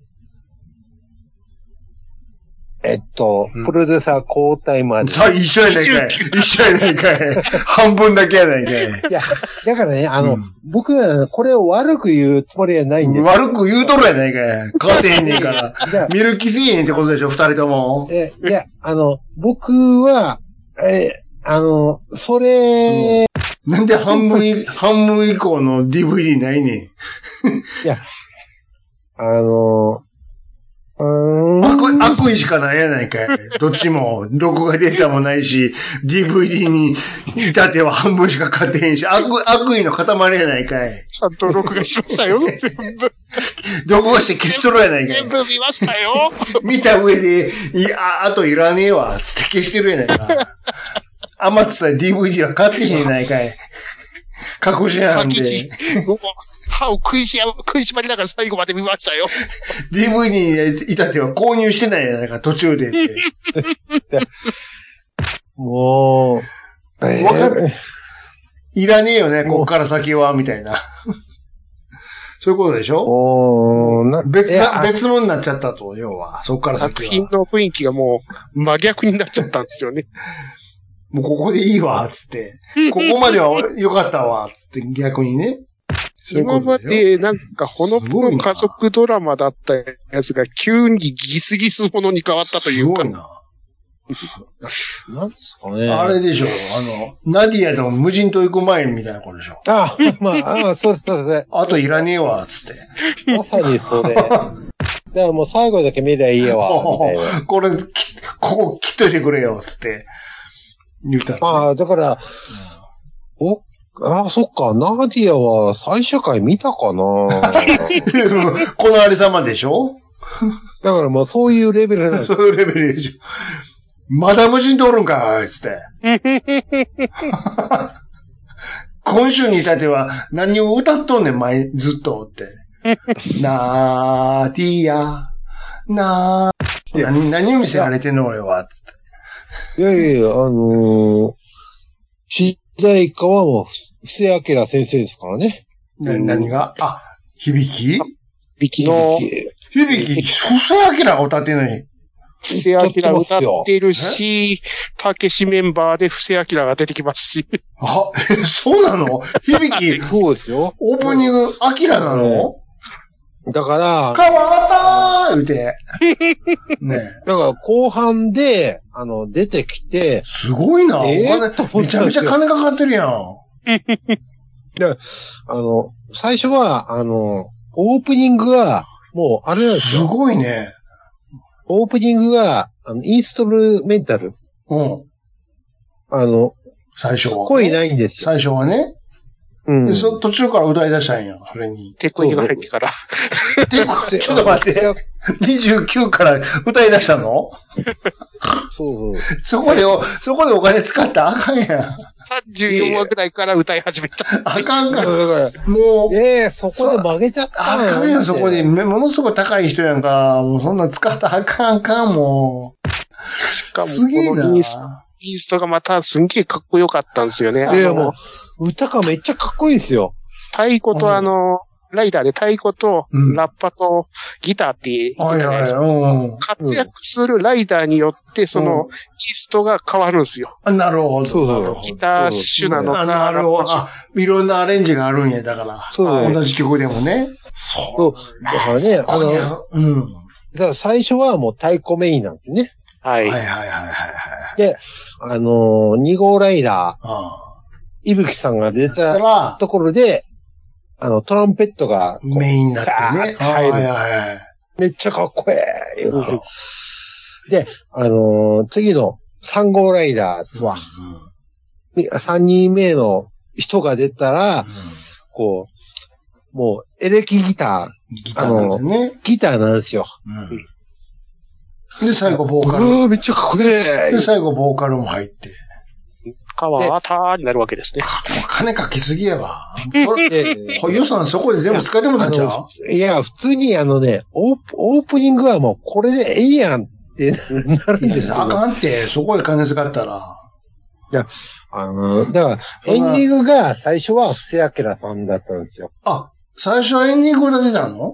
[SPEAKER 5] えっと
[SPEAKER 3] うん、
[SPEAKER 5] プロデューサー交 代まで。
[SPEAKER 3] さ一緒やないかい。一緒やないかい。半分だけやないかい。
[SPEAKER 5] いや、だからね、あ
[SPEAKER 3] う
[SPEAKER 5] の
[SPEAKER 3] ん、
[SPEAKER 5] 僕はこれを悪く言うつもりはないんです。
[SPEAKER 3] 悪く言うとるやないかい。勝てへんねんから。
[SPEAKER 5] じゃあ
[SPEAKER 3] 見る気せえへんってことでしょ、二人とも。
[SPEAKER 5] え、いや、あの、僕は、え、あの、それ、
[SPEAKER 3] なんで半分い、半分以降の DVD ないねん。
[SPEAKER 5] あの、うーん。
[SPEAKER 3] 悪悪意しかないやないかい。どっちも、録画データもないし、DVD に至っては半分しか買ってへんし、悪悪意の塊やないかい。
[SPEAKER 4] ちゃんと録画しましたよ。全部、
[SPEAKER 3] 録画して消しとるやないかい
[SPEAKER 4] 全。部見ましたよ。
[SPEAKER 3] 見た上で、いや、ああといらねえわ、つって消してるやないか。アマツさん DVD は買ってへんやないかい。隠しなんで
[SPEAKER 4] パキ。チ、もう歯を食いしや、食いしばりながら最後まで見ましたよ。
[SPEAKER 3] DVD に至っては購入してないやないか、途中でって。もう、わかる。いらねえよね、こっから先は、みたいな。そういうことでしょ
[SPEAKER 5] おー、な、
[SPEAKER 3] 別
[SPEAKER 5] いや
[SPEAKER 3] さ、別物になっちゃったと、要は。そっから
[SPEAKER 4] 作
[SPEAKER 3] 先
[SPEAKER 4] 品
[SPEAKER 3] は。
[SPEAKER 4] の雰囲気がもう真逆になっちゃったんですよね。
[SPEAKER 3] もうここでいいわ、つ って。ここまでは良かったわ、つって逆にね。そういうこ
[SPEAKER 4] 今ま
[SPEAKER 3] とでしょ
[SPEAKER 4] でなんかほのぼの家族ドラマだったやつが急にギスギスものに変わったとい
[SPEAKER 3] す
[SPEAKER 4] う
[SPEAKER 3] ご
[SPEAKER 4] か
[SPEAKER 3] い、な。
[SPEAKER 5] なんですかね。
[SPEAKER 3] あれでしょ、あの、ナディアの無人島行く前みたいなことでしょ。
[SPEAKER 5] あ、まあ、あそうです、そうです。
[SPEAKER 3] あといらねえわ、つって。
[SPEAKER 5] まさに それ。だからもう最後だけ見りゃいいわ、みたいな。
[SPEAKER 3] これ、きここ切っといてくれよ、つって。言うたら。
[SPEAKER 5] まあ、だから、お、あ、そっか、ナディアは最終回見 たかな
[SPEAKER 3] このありさまでしょ
[SPEAKER 5] だからまあそういうレベルなんで す
[SPEAKER 3] そういうレベルでしょ。まだ無人島おるんかい、つって。今週に至っては何を歌っとんねん、前、ずっとって。なーティーア、なー。何何を見せられてんの、俺は。つって
[SPEAKER 5] いやいや、あのー、主題歌はもう、布施明先生ですからね。
[SPEAKER 3] な何があ、響き
[SPEAKER 4] ビキの
[SPEAKER 3] 響き、細明が歌ってんのに。
[SPEAKER 4] 布施明歌ってるし、たけしメンバーで布施明が出てきますし、
[SPEAKER 3] あ、 え、そうなの響き、
[SPEAKER 5] そうですよ。
[SPEAKER 3] オープニング、アキラなの
[SPEAKER 5] だから、
[SPEAKER 3] 変わったー言うて。ねえ
[SPEAKER 5] だから後半で、あの、出てきて、
[SPEAKER 3] すごいな。お
[SPEAKER 5] えー
[SPEAKER 3] 金
[SPEAKER 5] と思
[SPEAKER 3] め
[SPEAKER 5] っ
[SPEAKER 3] ち
[SPEAKER 5] た
[SPEAKER 3] ゃ
[SPEAKER 5] ん
[SPEAKER 3] め
[SPEAKER 5] で
[SPEAKER 3] ち
[SPEAKER 5] す
[SPEAKER 3] ゃ
[SPEAKER 5] よ
[SPEAKER 3] 金かかってるやん。
[SPEAKER 5] あの、最初は、あの、オープニングが、もう、あれなんです
[SPEAKER 3] す
[SPEAKER 5] よ。
[SPEAKER 3] ごいね。
[SPEAKER 5] オープニングが、あの、インストルメンタル。
[SPEAKER 3] うん。
[SPEAKER 5] あの、
[SPEAKER 3] 最初は。
[SPEAKER 5] 声ないんですよ。
[SPEAKER 3] 最初はね。
[SPEAKER 5] うん。
[SPEAKER 3] でそ途中から歌い出したんや、それに。
[SPEAKER 4] テクニが入ってから。
[SPEAKER 3] でこ ちょっと待って。
[SPEAKER 5] そう
[SPEAKER 3] 29から歌い出したの
[SPEAKER 5] そう。
[SPEAKER 3] そこでお、そこでお金使ったらあかんやん。
[SPEAKER 4] 34話ぐらいから歌い始めた。
[SPEAKER 3] あかん
[SPEAKER 5] だ
[SPEAKER 3] か。
[SPEAKER 5] からら、
[SPEAKER 3] もう、
[SPEAKER 5] ええそこで曲げちゃった
[SPEAKER 3] あ
[SPEAKER 5] の
[SPEAKER 3] かんやん、そこで。。めものすごい高い人やんか。もうそんなん使ったらあかん、あかん、も
[SPEAKER 4] しか
[SPEAKER 3] う。
[SPEAKER 4] も、
[SPEAKER 3] すげえ
[SPEAKER 4] こ
[SPEAKER 3] な
[SPEAKER 4] のイ。ンストインストがまたすんげえかっこよかったんですよね。
[SPEAKER 5] いや、
[SPEAKER 4] あの
[SPEAKER 5] もう、歌がめっちゃかっこいいんですよ。
[SPEAKER 4] 太鼓とあの、ライダーで太鼓と
[SPEAKER 3] うん
[SPEAKER 4] ラッパとギターって言っ
[SPEAKER 3] はい
[SPEAKER 4] てたじゃな
[SPEAKER 3] は
[SPEAKER 4] い
[SPEAKER 3] い、
[SPEAKER 4] ですか。
[SPEAKER 3] うん。
[SPEAKER 4] 活躍するライダーによって、その、インストが変わるんですよ。
[SPEAKER 3] あなるほど。
[SPEAKER 5] そうそう
[SPEAKER 3] なるほど
[SPEAKER 4] ギター手なの
[SPEAKER 3] あ
[SPEAKER 4] か、
[SPEAKER 3] なるほど。
[SPEAKER 4] ラッ
[SPEAKER 3] あ、いろんなアレンジがあるんや、だから。
[SPEAKER 5] そうです
[SPEAKER 3] 同じ曲でもね。そ
[SPEAKER 5] そう。だからね、あ
[SPEAKER 3] こ
[SPEAKER 5] の、
[SPEAKER 3] れ
[SPEAKER 5] だか
[SPEAKER 3] うん。は
[SPEAKER 5] ら最初はもう太鼓メインなんですね。
[SPEAKER 4] パは いい。
[SPEAKER 3] はいはいはいはい。
[SPEAKER 5] あの、2号ライダー、
[SPEAKER 3] あ
[SPEAKER 5] いぶきさんが出
[SPEAKER 3] あ。だか
[SPEAKER 5] た
[SPEAKER 3] ら、
[SPEAKER 5] ところで、あの、トランペットが、こう
[SPEAKER 3] メインになってね。
[SPEAKER 5] ガーッ
[SPEAKER 3] はい
[SPEAKER 5] て入る
[SPEAKER 3] はいはい。
[SPEAKER 5] めっちゃかっこええ言うてで、あのー次の3号ライダーズは、3人目の人が出たら、こう、もうエレキギ
[SPEAKER 3] う
[SPEAKER 5] タ
[SPEAKER 3] んギターなんでね
[SPEAKER 5] ー、。ギターなんですよ。
[SPEAKER 3] うんで、最後ボ
[SPEAKER 5] う
[SPEAKER 3] ーカル。
[SPEAKER 5] わーめっちゃかっこええ
[SPEAKER 3] で、最後ボーカルも入って。
[SPEAKER 4] 川あたーになるわけですね。
[SPEAKER 3] もう金かけすぎやわ。
[SPEAKER 5] それで
[SPEAKER 3] これ予算そこで全部使ってもらっちゃう
[SPEAKER 5] あ いや、普通にあのね、オープオープニングはもうこれでええやんってなるん
[SPEAKER 3] いや
[SPEAKER 5] です
[SPEAKER 3] あ
[SPEAKER 5] よ。
[SPEAKER 3] かんって、そこで金使ったら。
[SPEAKER 5] あのー、だから、
[SPEAKER 3] そ
[SPEAKER 5] エ
[SPEAKER 3] ん
[SPEAKER 5] ン
[SPEAKER 3] な
[SPEAKER 5] ディングが最初は布施明さんだったんですよ。
[SPEAKER 3] あ、最初はエンディング歌ってたの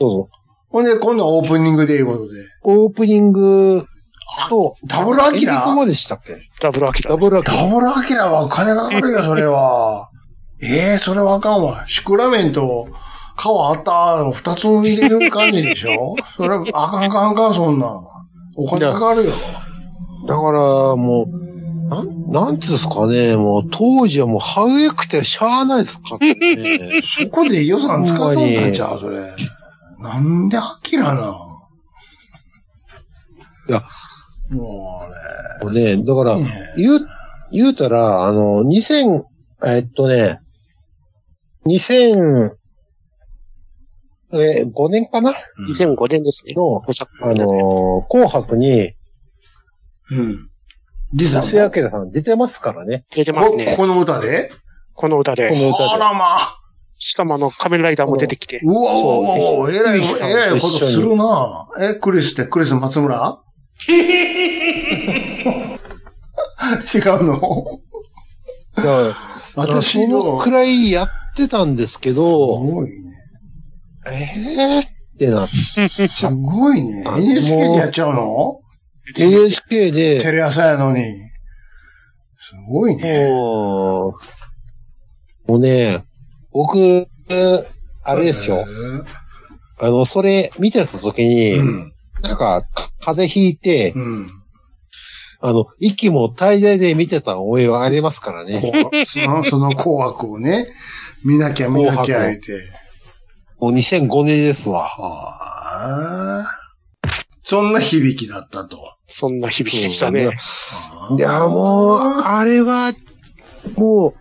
[SPEAKER 5] そう
[SPEAKER 3] ほんで、今度はオープニングでいうことで。
[SPEAKER 5] オープニングと、
[SPEAKER 3] ダブルアキラ
[SPEAKER 5] エンディングまでしたっけ
[SPEAKER 4] ダブルアキラ
[SPEAKER 5] ダ。ブルアキラ。
[SPEAKER 3] ダブルアキラはお金がかかるよ、それ は。ええそれはあかんわ。シクラメンと、川あったの二つ入れる感じでし ょそれ、あかんあかんあかん、そんなん。お金かかるよ。。
[SPEAKER 5] だから、もう、なん、なんつうんすかね、もう当時はもうハウエくてしゃあないですかってね
[SPEAKER 3] そこで予算使っとんだんちゃう、それ。なんでアキラなん
[SPEAKER 5] いや、
[SPEAKER 3] も
[SPEAKER 5] もうね、だか
[SPEAKER 3] う
[SPEAKER 5] ら
[SPEAKER 3] 俺、、ね、
[SPEAKER 5] 言う、言うたら、あの、2000、えっとね、2000、え、5年かな
[SPEAKER 4] 2005年ですね。
[SPEAKER 5] の、
[SPEAKER 4] 小作
[SPEAKER 5] あの、紅白に、
[SPEAKER 3] うん。リザ
[SPEAKER 5] 布施
[SPEAKER 3] も
[SPEAKER 5] 明さん出てますからね。
[SPEAKER 4] 出てます
[SPEAKER 3] こ、こ
[SPEAKER 4] ね。
[SPEAKER 3] この歌で
[SPEAKER 4] この歌
[SPEAKER 5] こ
[SPEAKER 4] で。
[SPEAKER 5] の
[SPEAKER 3] あ
[SPEAKER 5] 歌で。
[SPEAKER 3] らまあ。
[SPEAKER 4] しかもあの、仮面ライダーも出てきて。
[SPEAKER 3] うわうわうわうわ、えらい、
[SPEAKER 5] そう
[SPEAKER 3] えらいこと
[SPEAKER 5] 一緒に
[SPEAKER 3] するなえ、クリスって、クリス松村 違うの
[SPEAKER 5] だから
[SPEAKER 3] 私
[SPEAKER 5] その
[SPEAKER 3] の、
[SPEAKER 5] く
[SPEAKER 3] す
[SPEAKER 5] らいやってたんですけど、
[SPEAKER 3] ごいね。
[SPEAKER 5] ええー、ってなって、
[SPEAKER 3] すごいね。
[SPEAKER 5] あ
[SPEAKER 3] NHK
[SPEAKER 5] もう
[SPEAKER 3] でやっちゃうの
[SPEAKER 5] NHK で、
[SPEAKER 3] テレ朝やのに。すごいね。
[SPEAKER 5] もう、もうね、僕、あれですよ。あの、それ見てた時に、
[SPEAKER 3] うん。
[SPEAKER 5] なんか、か風邪ひいて、
[SPEAKER 3] うん。
[SPEAKER 5] あの、息も滞在で見てた思いはありますからね。
[SPEAKER 3] その、その紅白をね、見なきゃ見なきゃ言うて。
[SPEAKER 5] もう2005年ですわ。
[SPEAKER 3] はあ。そんな響きだったと。
[SPEAKER 4] そんな響きでしたね。
[SPEAKER 5] いや、もう、あれは、もう、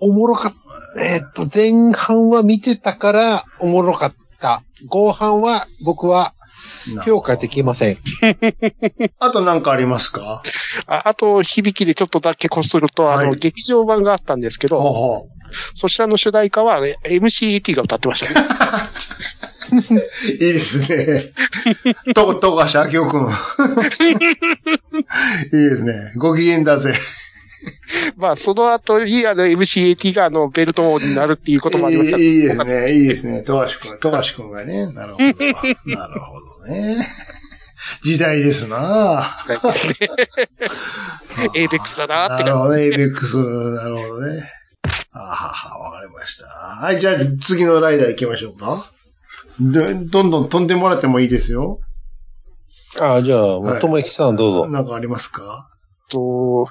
[SPEAKER 5] おもろかった。えーっと、前半は見てたから、おもろかった。後半は、僕は、評価できません。
[SPEAKER 3] あとなんかありますか
[SPEAKER 4] ああと、響きでちょっとだけこすると、あ
[SPEAKER 3] は
[SPEAKER 4] の、
[SPEAKER 3] い
[SPEAKER 4] 劇場版があったんですけ
[SPEAKER 3] ほう
[SPEAKER 4] ど、
[SPEAKER 3] ほう
[SPEAKER 4] そちらの主題歌は、ね、MCET が歌ってましたね。
[SPEAKER 3] いいですね。 と、とがしあきお くん。いいですね。ご機嫌だぜ。
[SPEAKER 4] まあ、その後に、あの、MCET が、あの、ベルト王になるっていうこともあ
[SPEAKER 3] い
[SPEAKER 4] りましたけど
[SPEAKER 3] いいいですね。いいですね。とがしくん、とがしくんがね。なるほど。 なるほどね。時代ですな
[SPEAKER 4] エイベックスだなっ
[SPEAKER 3] な
[SPEAKER 4] て
[SPEAKER 3] る
[SPEAKER 4] 感
[SPEAKER 3] ほどね。エイベックス。なるほどね。あはは、わかりました。はい、じゃあ次のライダー行きましょうか。でどんどん飛んでもらってもいいですよ。
[SPEAKER 5] ああ、じゃあ、も
[SPEAKER 3] はいう
[SPEAKER 5] ともきさんどうぞ。
[SPEAKER 3] なんかありますか
[SPEAKER 4] じと、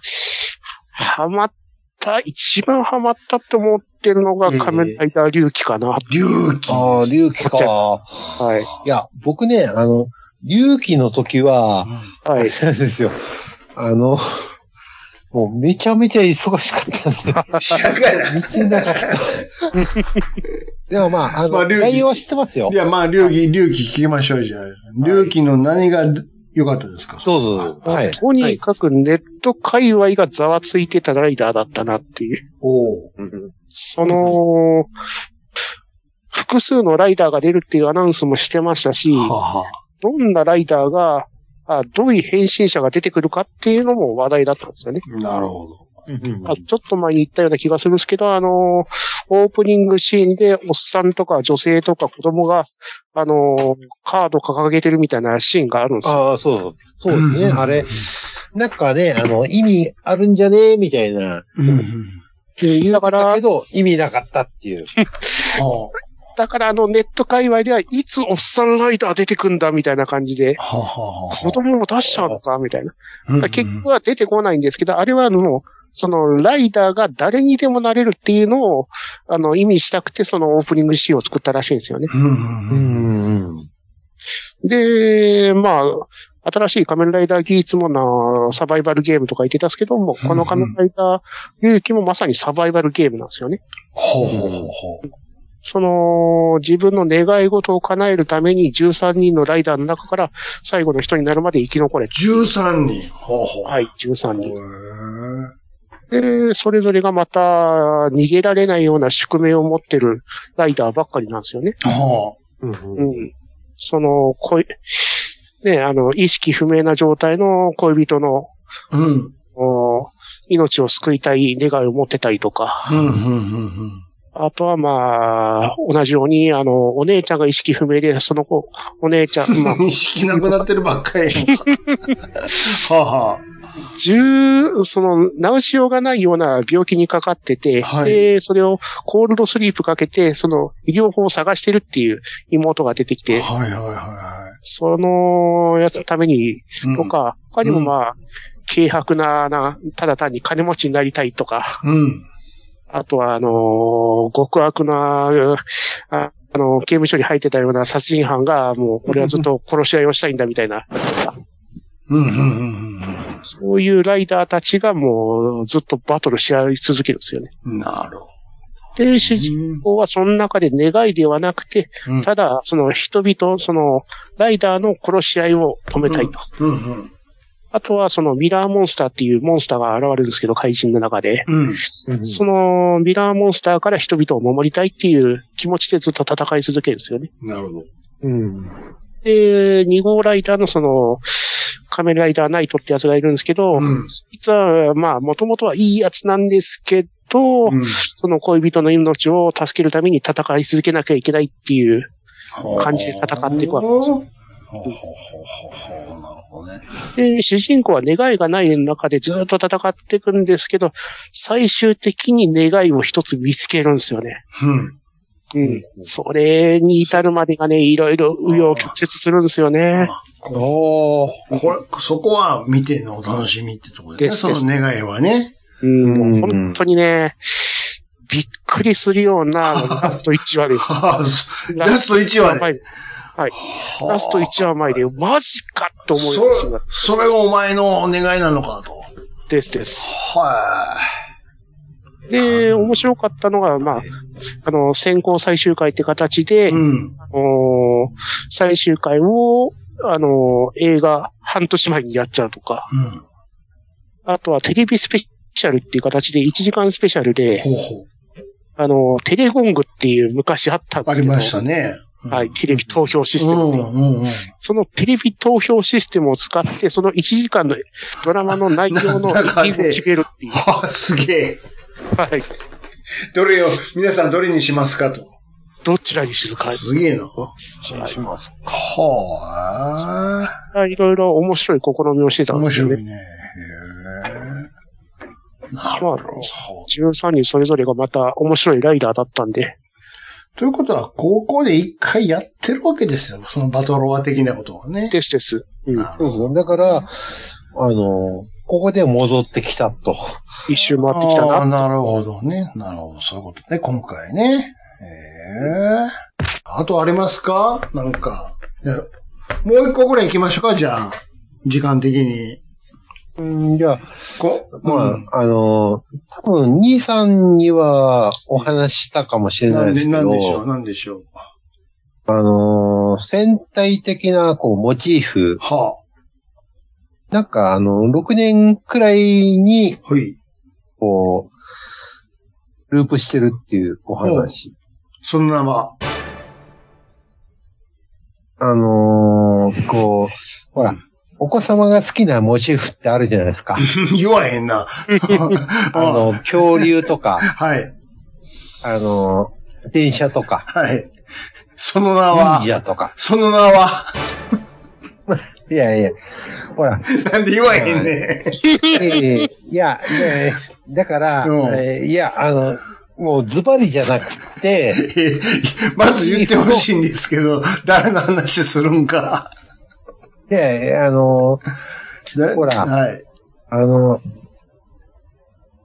[SPEAKER 4] ハマった、一番ハマったって思ってるのが
[SPEAKER 3] ええ
[SPEAKER 4] 仮面ライダー龍騎かな。
[SPEAKER 3] 龍騎。
[SPEAKER 5] ああ、隆起
[SPEAKER 4] こっち
[SPEAKER 5] か。
[SPEAKER 4] はい。
[SPEAKER 5] いや、僕ね、あの、隆起の時は、
[SPEAKER 4] はい。
[SPEAKER 5] あれですよ。あの、もうめちゃめちゃ忙しかったんで、
[SPEAKER 3] 知らんがな
[SPEAKER 5] 見てなかった。でもまあ、あ
[SPEAKER 3] まあ
[SPEAKER 5] の、
[SPEAKER 3] 隆起
[SPEAKER 5] 内容は知ってますよ
[SPEAKER 3] い。や、まあ、龍騎、龍騎聞きましょう、じゃあ。龍騎の何が良かったですか
[SPEAKER 5] どうぞどうぞ。はい。
[SPEAKER 4] とにかくネット界隈がざわついてたライダーだったなっていう。
[SPEAKER 3] おう
[SPEAKER 4] その、複数のライダーが出るっていうアナウンスもしてましたし、
[SPEAKER 3] はは。
[SPEAKER 4] どんなライダーが、あどういう変身者が出てくるかっていうのも話題だったんですよね。
[SPEAKER 3] なるほど。
[SPEAKER 4] あちょっと前に言ったような気がするんですけど、あのーオープニングシーンで、おっさんとか女性とか子供が、あのーカード掲げてるみたいなシーンがあるんですよ。
[SPEAKER 5] ああ、そうそう。そうですね。
[SPEAKER 3] うん
[SPEAKER 5] あれ、なんかね、あの、意味あるんじゃねえみたいな。
[SPEAKER 3] うんうん。
[SPEAKER 5] 言
[SPEAKER 4] だ
[SPEAKER 5] う
[SPEAKER 4] か
[SPEAKER 5] からら、けど、意味なかったっていう。
[SPEAKER 3] は
[SPEAKER 4] だからあのネット界隈では、いつおっさんライダー出てくんだみたいな感じで、
[SPEAKER 3] あはあは
[SPEAKER 4] 子供も出しちゃうのかみたいな。
[SPEAKER 3] あはあ。
[SPEAKER 4] 結局は出てこないんですけど、あれはあの、そのライダーが誰にでもなれるっていうのを、あの、意味したくて、そのオープニングシーンを作ったらしいんですよね。
[SPEAKER 3] うんうんうん。
[SPEAKER 5] ん。
[SPEAKER 4] で、まあ、新しい仮面ライダー技術もな、サバイバルゲームとか言ってたんですけども、この仮面ライダー勇気もまさにサバイバルゲームなんですよね。
[SPEAKER 3] ほうほうほうほう。
[SPEAKER 4] その、自分の願い事を叶えるために13人のライダーの中から最後の人になるまで生き残れ。
[SPEAKER 3] 13人。ほうほう。。
[SPEAKER 4] はいい、13
[SPEAKER 3] へえ
[SPEAKER 4] 人。で、それぞれがまた逃げられないような宿命を持ってるライダーばっかりなんですよね。
[SPEAKER 3] は
[SPEAKER 4] うん。その、恋、ね、あの、意識不明な状態の恋人の、
[SPEAKER 3] あ。うん。
[SPEAKER 4] お命を救いたい願いを持ってたりとか、
[SPEAKER 3] うん、うん、うん、
[SPEAKER 4] あとはまあ、同じように、あの、お姉ちゃんが意識不明で、その子、お姉ちゃん、まあ
[SPEAKER 3] う、ん。意識なくなってるばっかりやんか。はあは
[SPEAKER 4] 十、その、治しようがないような病気にかかってて、
[SPEAKER 3] はい
[SPEAKER 4] で、それをコールドスリープかけて、その、医療法を探してるっていう妹が出てき
[SPEAKER 3] あ。
[SPEAKER 4] て、
[SPEAKER 3] はいはいはいは
[SPEAKER 4] そのやつのために、
[SPEAKER 3] い。
[SPEAKER 4] とか、他にもまあ、軽薄な、な、ただ単に金持ちになりたいとか、
[SPEAKER 3] うん。うん。
[SPEAKER 4] あとは、あのー極悪な、うああの、刑務所に入ってたような殺人犯が、もう、俺はずっと殺し合いをしたいんだみたいなやつとか、
[SPEAKER 3] うん、うん、うんうん。
[SPEAKER 4] そういうライダーたちがもう、ずっとバトルし合い続けるんですよね。
[SPEAKER 3] なるほ
[SPEAKER 4] で、主人公はその中で願いではなくて、
[SPEAKER 3] うん
[SPEAKER 4] ただ、その人々、その、ライダーの殺し合いを止めたいと。
[SPEAKER 3] ど。うんうん。
[SPEAKER 4] あとはそのミラーモンスターっていうモンスターが現れるんですけど、怪人の中で。
[SPEAKER 3] うん。
[SPEAKER 4] そのミラーモンスターから人々を守りたいっていう気持ちでずっと戦い続けるんですよね。
[SPEAKER 3] なるほど。
[SPEAKER 5] うん。
[SPEAKER 4] で、2号ライダーのその、仮面ライダーナイトってやつがいるんですけど、
[SPEAKER 3] うん
[SPEAKER 4] 実は、まあ、もともとはいいやつなんですけど、
[SPEAKER 3] うん。
[SPEAKER 4] その恋人の命を助けるために戦い続けなきゃいけないっていう感じで
[SPEAKER 6] は
[SPEAKER 4] 戦っていくわけですよ。
[SPEAKER 3] おー
[SPEAKER 6] あほうほうほうほうなるほどね。
[SPEAKER 4] で、主人公は願いがない中でずっと戦っていくんですけど、最終的に願いを一つ見つけるんですよね。
[SPEAKER 3] うん。
[SPEAKER 4] うん。それに至るまでがね、いろいろ紆余曲折するんですよね。
[SPEAKER 3] こ
[SPEAKER 5] おー。
[SPEAKER 3] これ、そこは見てのお楽しみってところで
[SPEAKER 4] ですす
[SPEAKER 3] ね。
[SPEAKER 4] です
[SPEAKER 3] その願いはね。
[SPEAKER 4] うん、もう
[SPEAKER 5] うん
[SPEAKER 4] 本当にね、びっくりするようなラスト1話です。
[SPEAKER 3] はあラスト1話で。
[SPEAKER 4] で。はい。ラスト1話前で、マジかと思い
[SPEAKER 3] そ
[SPEAKER 4] ま
[SPEAKER 3] れ
[SPEAKER 4] したが、
[SPEAKER 3] それがお前のお願いなのかと。
[SPEAKER 4] ですです。
[SPEAKER 3] は
[SPEAKER 4] で、面白かったのが、まあ、あの、先行最終回って形で、
[SPEAKER 3] い。うん。
[SPEAKER 4] おー最終回を、あのー映画半年前にやっちゃうとか、
[SPEAKER 3] うん。
[SPEAKER 4] あとはテレビスペシャルっていう形で1時間スペシャルで、
[SPEAKER 3] ほうほう。
[SPEAKER 4] あのーテレゴングっていう昔あったんで
[SPEAKER 3] あ
[SPEAKER 4] す
[SPEAKER 3] り
[SPEAKER 4] けど、
[SPEAKER 3] ましたね。
[SPEAKER 4] はい、テレビ投票シ
[SPEAKER 3] う
[SPEAKER 4] ステム
[SPEAKER 3] ん。
[SPEAKER 4] って
[SPEAKER 3] う
[SPEAKER 4] いうん
[SPEAKER 3] うんうん。
[SPEAKER 4] そのテレビ投票システムを使って、その1時間のドラマの内容 の
[SPEAKER 3] 中で
[SPEAKER 4] 一部を決めるっていう。
[SPEAKER 3] はあ、すげえ。
[SPEAKER 4] はい。
[SPEAKER 3] どれを、皆さんどれにしますかと。
[SPEAKER 4] どちらにするか。
[SPEAKER 3] すげえな。は
[SPEAKER 5] します。
[SPEAKER 3] あ。
[SPEAKER 4] いろいろ面白い試みをしてたん
[SPEAKER 3] 面
[SPEAKER 4] ですよ
[SPEAKER 3] 白
[SPEAKER 4] ね
[SPEAKER 3] い。ね。へえなるほ
[SPEAKER 4] まあ
[SPEAKER 3] ど。
[SPEAKER 4] 13人それぞれがまた面白いライダーだったんで。
[SPEAKER 3] ということは、高校で一回やってるわけですよ。そのバトロワ的なことはね。
[SPEAKER 4] ですです。うん。
[SPEAKER 5] そうそう。だから、あの、ここで戻ってきたと。
[SPEAKER 4] 一周回ってきた
[SPEAKER 3] あー
[SPEAKER 4] な。
[SPEAKER 3] なるほどね。なるほど。そういうことね。今回ね。ええあとありますかなんか。いやもう一個ぐらい行きましょうかじゃあ。時間的に。
[SPEAKER 5] うん、じゃあ、
[SPEAKER 3] こ
[SPEAKER 5] まあ、
[SPEAKER 3] うん
[SPEAKER 5] あの、多分、兄さんにはお話ししたかもしれな
[SPEAKER 3] ないん
[SPEAKER 5] で
[SPEAKER 3] で、
[SPEAKER 5] すけ
[SPEAKER 3] なんでしょ
[SPEAKER 5] ど、
[SPEAKER 3] う、なんでしょう。
[SPEAKER 5] あの、戦隊的な、こう、モチーフ、
[SPEAKER 3] は
[SPEAKER 5] なんか、あの、6年くらいに、
[SPEAKER 3] あ、はい。
[SPEAKER 5] こう、ループしてるっていうお話。
[SPEAKER 3] その名は、
[SPEAKER 5] あのーこう、ほら、お子様が好きなモチーフってあるじゃないですか。
[SPEAKER 3] 言わへんな。
[SPEAKER 5] あの、恐竜 とか、
[SPEAKER 3] はい、
[SPEAKER 5] あのー電車とか、
[SPEAKER 3] はい。その名は
[SPEAKER 5] 忍、者とか。
[SPEAKER 3] その名は、
[SPEAKER 5] いやいや、ほら、
[SPEAKER 3] なんで言わへんね。
[SPEAKER 5] ええいや、ねだから、
[SPEAKER 3] うん
[SPEAKER 5] えーいや、あの、もうズバリじゃなくて、
[SPEAKER 3] えまず言ってほしいんですけど、誰の話するんか。
[SPEAKER 5] で、あの、ほら
[SPEAKER 3] はい。
[SPEAKER 5] あの、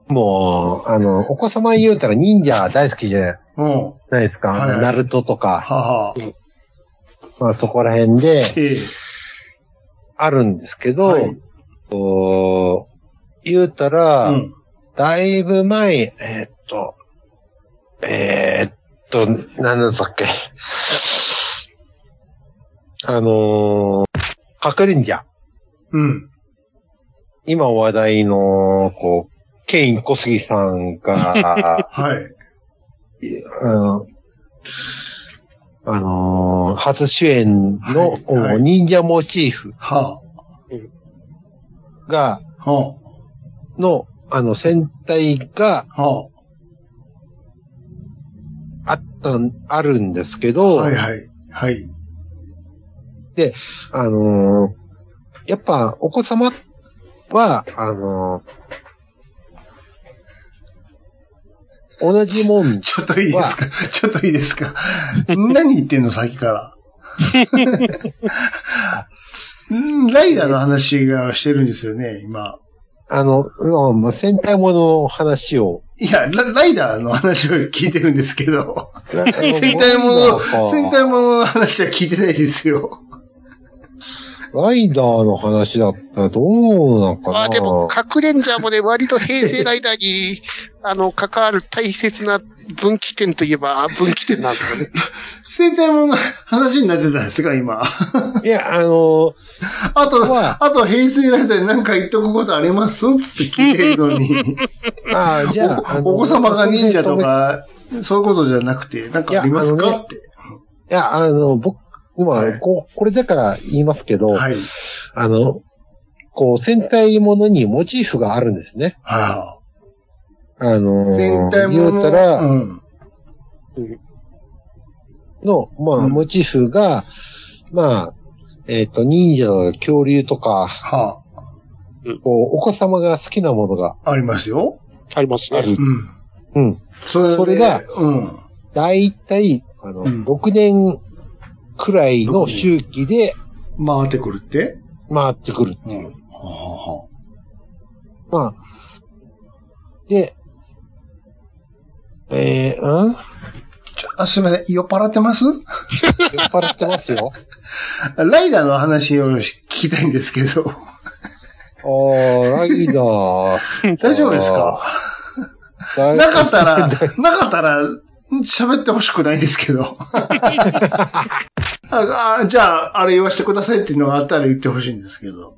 [SPEAKER 5] もう、あの、お子様言うたら忍者大好きじゃ
[SPEAKER 3] うん。は
[SPEAKER 5] ないですか。
[SPEAKER 3] はいはい
[SPEAKER 5] ナルトとか、
[SPEAKER 3] は。
[SPEAKER 5] まあそこら辺で
[SPEAKER 3] ええ。
[SPEAKER 5] あるんですけど、
[SPEAKER 3] はい
[SPEAKER 5] こう言うたら、
[SPEAKER 3] うん。
[SPEAKER 5] だいぶ前、えーっと、えーっと、なんだったっけ。あのー、隠れんじゃ。
[SPEAKER 3] うん。、
[SPEAKER 5] 今話題の、こう、ケイン小杉さんが
[SPEAKER 3] はい。
[SPEAKER 5] あの、あのー初主演の、
[SPEAKER 3] はいはい
[SPEAKER 5] お忍者モチーフ
[SPEAKER 3] は
[SPEAKER 5] が、
[SPEAKER 3] あ。は
[SPEAKER 5] の、あの、戦隊が
[SPEAKER 3] あ。は
[SPEAKER 5] あったん、あるんですけ
[SPEAKER 3] あ。
[SPEAKER 5] ど、
[SPEAKER 3] はいはい。はい。
[SPEAKER 5] あのーやっぱお子様は、あのー同じもん、
[SPEAKER 3] ちょっといいですかちょっといいですか何言ってんのさっき から。うんライダーの話がしてるんですよね、今。
[SPEAKER 5] あの、うんまあ戦隊ものの話 を。
[SPEAKER 3] いやラ、ライダーの話を聞いてるんですけど、
[SPEAKER 5] 戦
[SPEAKER 3] 戦隊もの、戦隊
[SPEAKER 5] も
[SPEAKER 3] ものの話は聞いてないですよ。
[SPEAKER 5] ライダーの話だったらどうなんかな
[SPEAKER 4] あ、でも、核レンジャーもね、割と平成ライダ ーに、あの、関わる大切な分岐点といえば分岐点なんですよね。
[SPEAKER 3] 生体もの話になってたんですか、今。
[SPEAKER 5] いや、あの、
[SPEAKER 3] あと、
[SPEAKER 5] は
[SPEAKER 3] あと平成ライダーに何か言っとくことありますつって聞いてるのに。
[SPEAKER 5] あ じゃあ、あの
[SPEAKER 3] おお子様が忍者と。か、そういうことじゃなくて、なんかあります
[SPEAKER 5] いやあ
[SPEAKER 3] か
[SPEAKER 5] のね
[SPEAKER 3] って。
[SPEAKER 5] いや、あの、僕、今、
[SPEAKER 3] はい
[SPEAKER 5] こう、これだから言いますけど、
[SPEAKER 3] はい。
[SPEAKER 5] あの、こう、戦隊ものにモチーフがあるんですね。
[SPEAKER 3] は
[SPEAKER 5] あの
[SPEAKER 3] い。
[SPEAKER 5] ー、
[SPEAKER 3] 全体も
[SPEAKER 5] 言
[SPEAKER 3] の。
[SPEAKER 5] うたら、
[SPEAKER 3] うん。
[SPEAKER 5] の、ま
[SPEAKER 3] う
[SPEAKER 5] あ、
[SPEAKER 3] ん
[SPEAKER 5] モチーフが、まあ、えっ、と、忍者とか恐竜とか、
[SPEAKER 3] は
[SPEAKER 5] こう、お子様が好きなものが
[SPEAKER 3] あ、ありますよ。
[SPEAKER 4] あります
[SPEAKER 5] あ
[SPEAKER 4] ね。
[SPEAKER 5] る。
[SPEAKER 3] うん。
[SPEAKER 5] うん。
[SPEAKER 3] そ
[SPEAKER 5] それが、
[SPEAKER 3] うん。
[SPEAKER 5] だいたい、あの、
[SPEAKER 3] うん
[SPEAKER 5] 6年くらいの周期で
[SPEAKER 3] 回ってくるって
[SPEAKER 5] 回ってくる。
[SPEAKER 3] うん。はあは
[SPEAKER 5] まあ、で、えー、うん酔
[SPEAKER 3] あちょあすみません。酔っ払ってます
[SPEAKER 5] っ払ってますよ。
[SPEAKER 3] ライダーの話を聞きたいんですけど。
[SPEAKER 5] あー、ライダー。
[SPEAKER 3] 大丈夫ですか
[SPEAKER 5] だい
[SPEAKER 3] なかったら、なかったら、喋ってほしくないですけど。ああじゃあ、あれ言わせてくださいっていうのがあったら言ってほしいんですけど。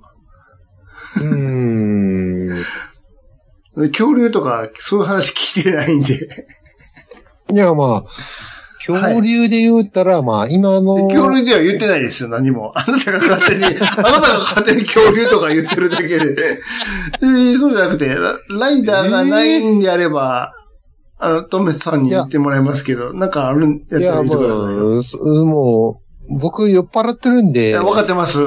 [SPEAKER 5] うーん。
[SPEAKER 3] 恐竜とか、そういう話聞いてないんで。
[SPEAKER 5] いや、まあ、恐竜で言うたら、まあ、今の、
[SPEAKER 3] 恐竜では言ってないですよ、何も。あなたが勝手に、あなたが勝手に恐竜とか言ってるだけで。えーそうじゃなくて、ラライダーがないんであれば、あの、トメさんに言ってもらいますけど、なんかあるんやった
[SPEAKER 5] い
[SPEAKER 3] ら
[SPEAKER 5] や、
[SPEAKER 3] 言って
[SPEAKER 5] も
[SPEAKER 3] くださいよ。
[SPEAKER 5] う、そもう、僕酔っ払ってるん
[SPEAKER 3] い
[SPEAKER 5] で
[SPEAKER 3] や、、分かってます。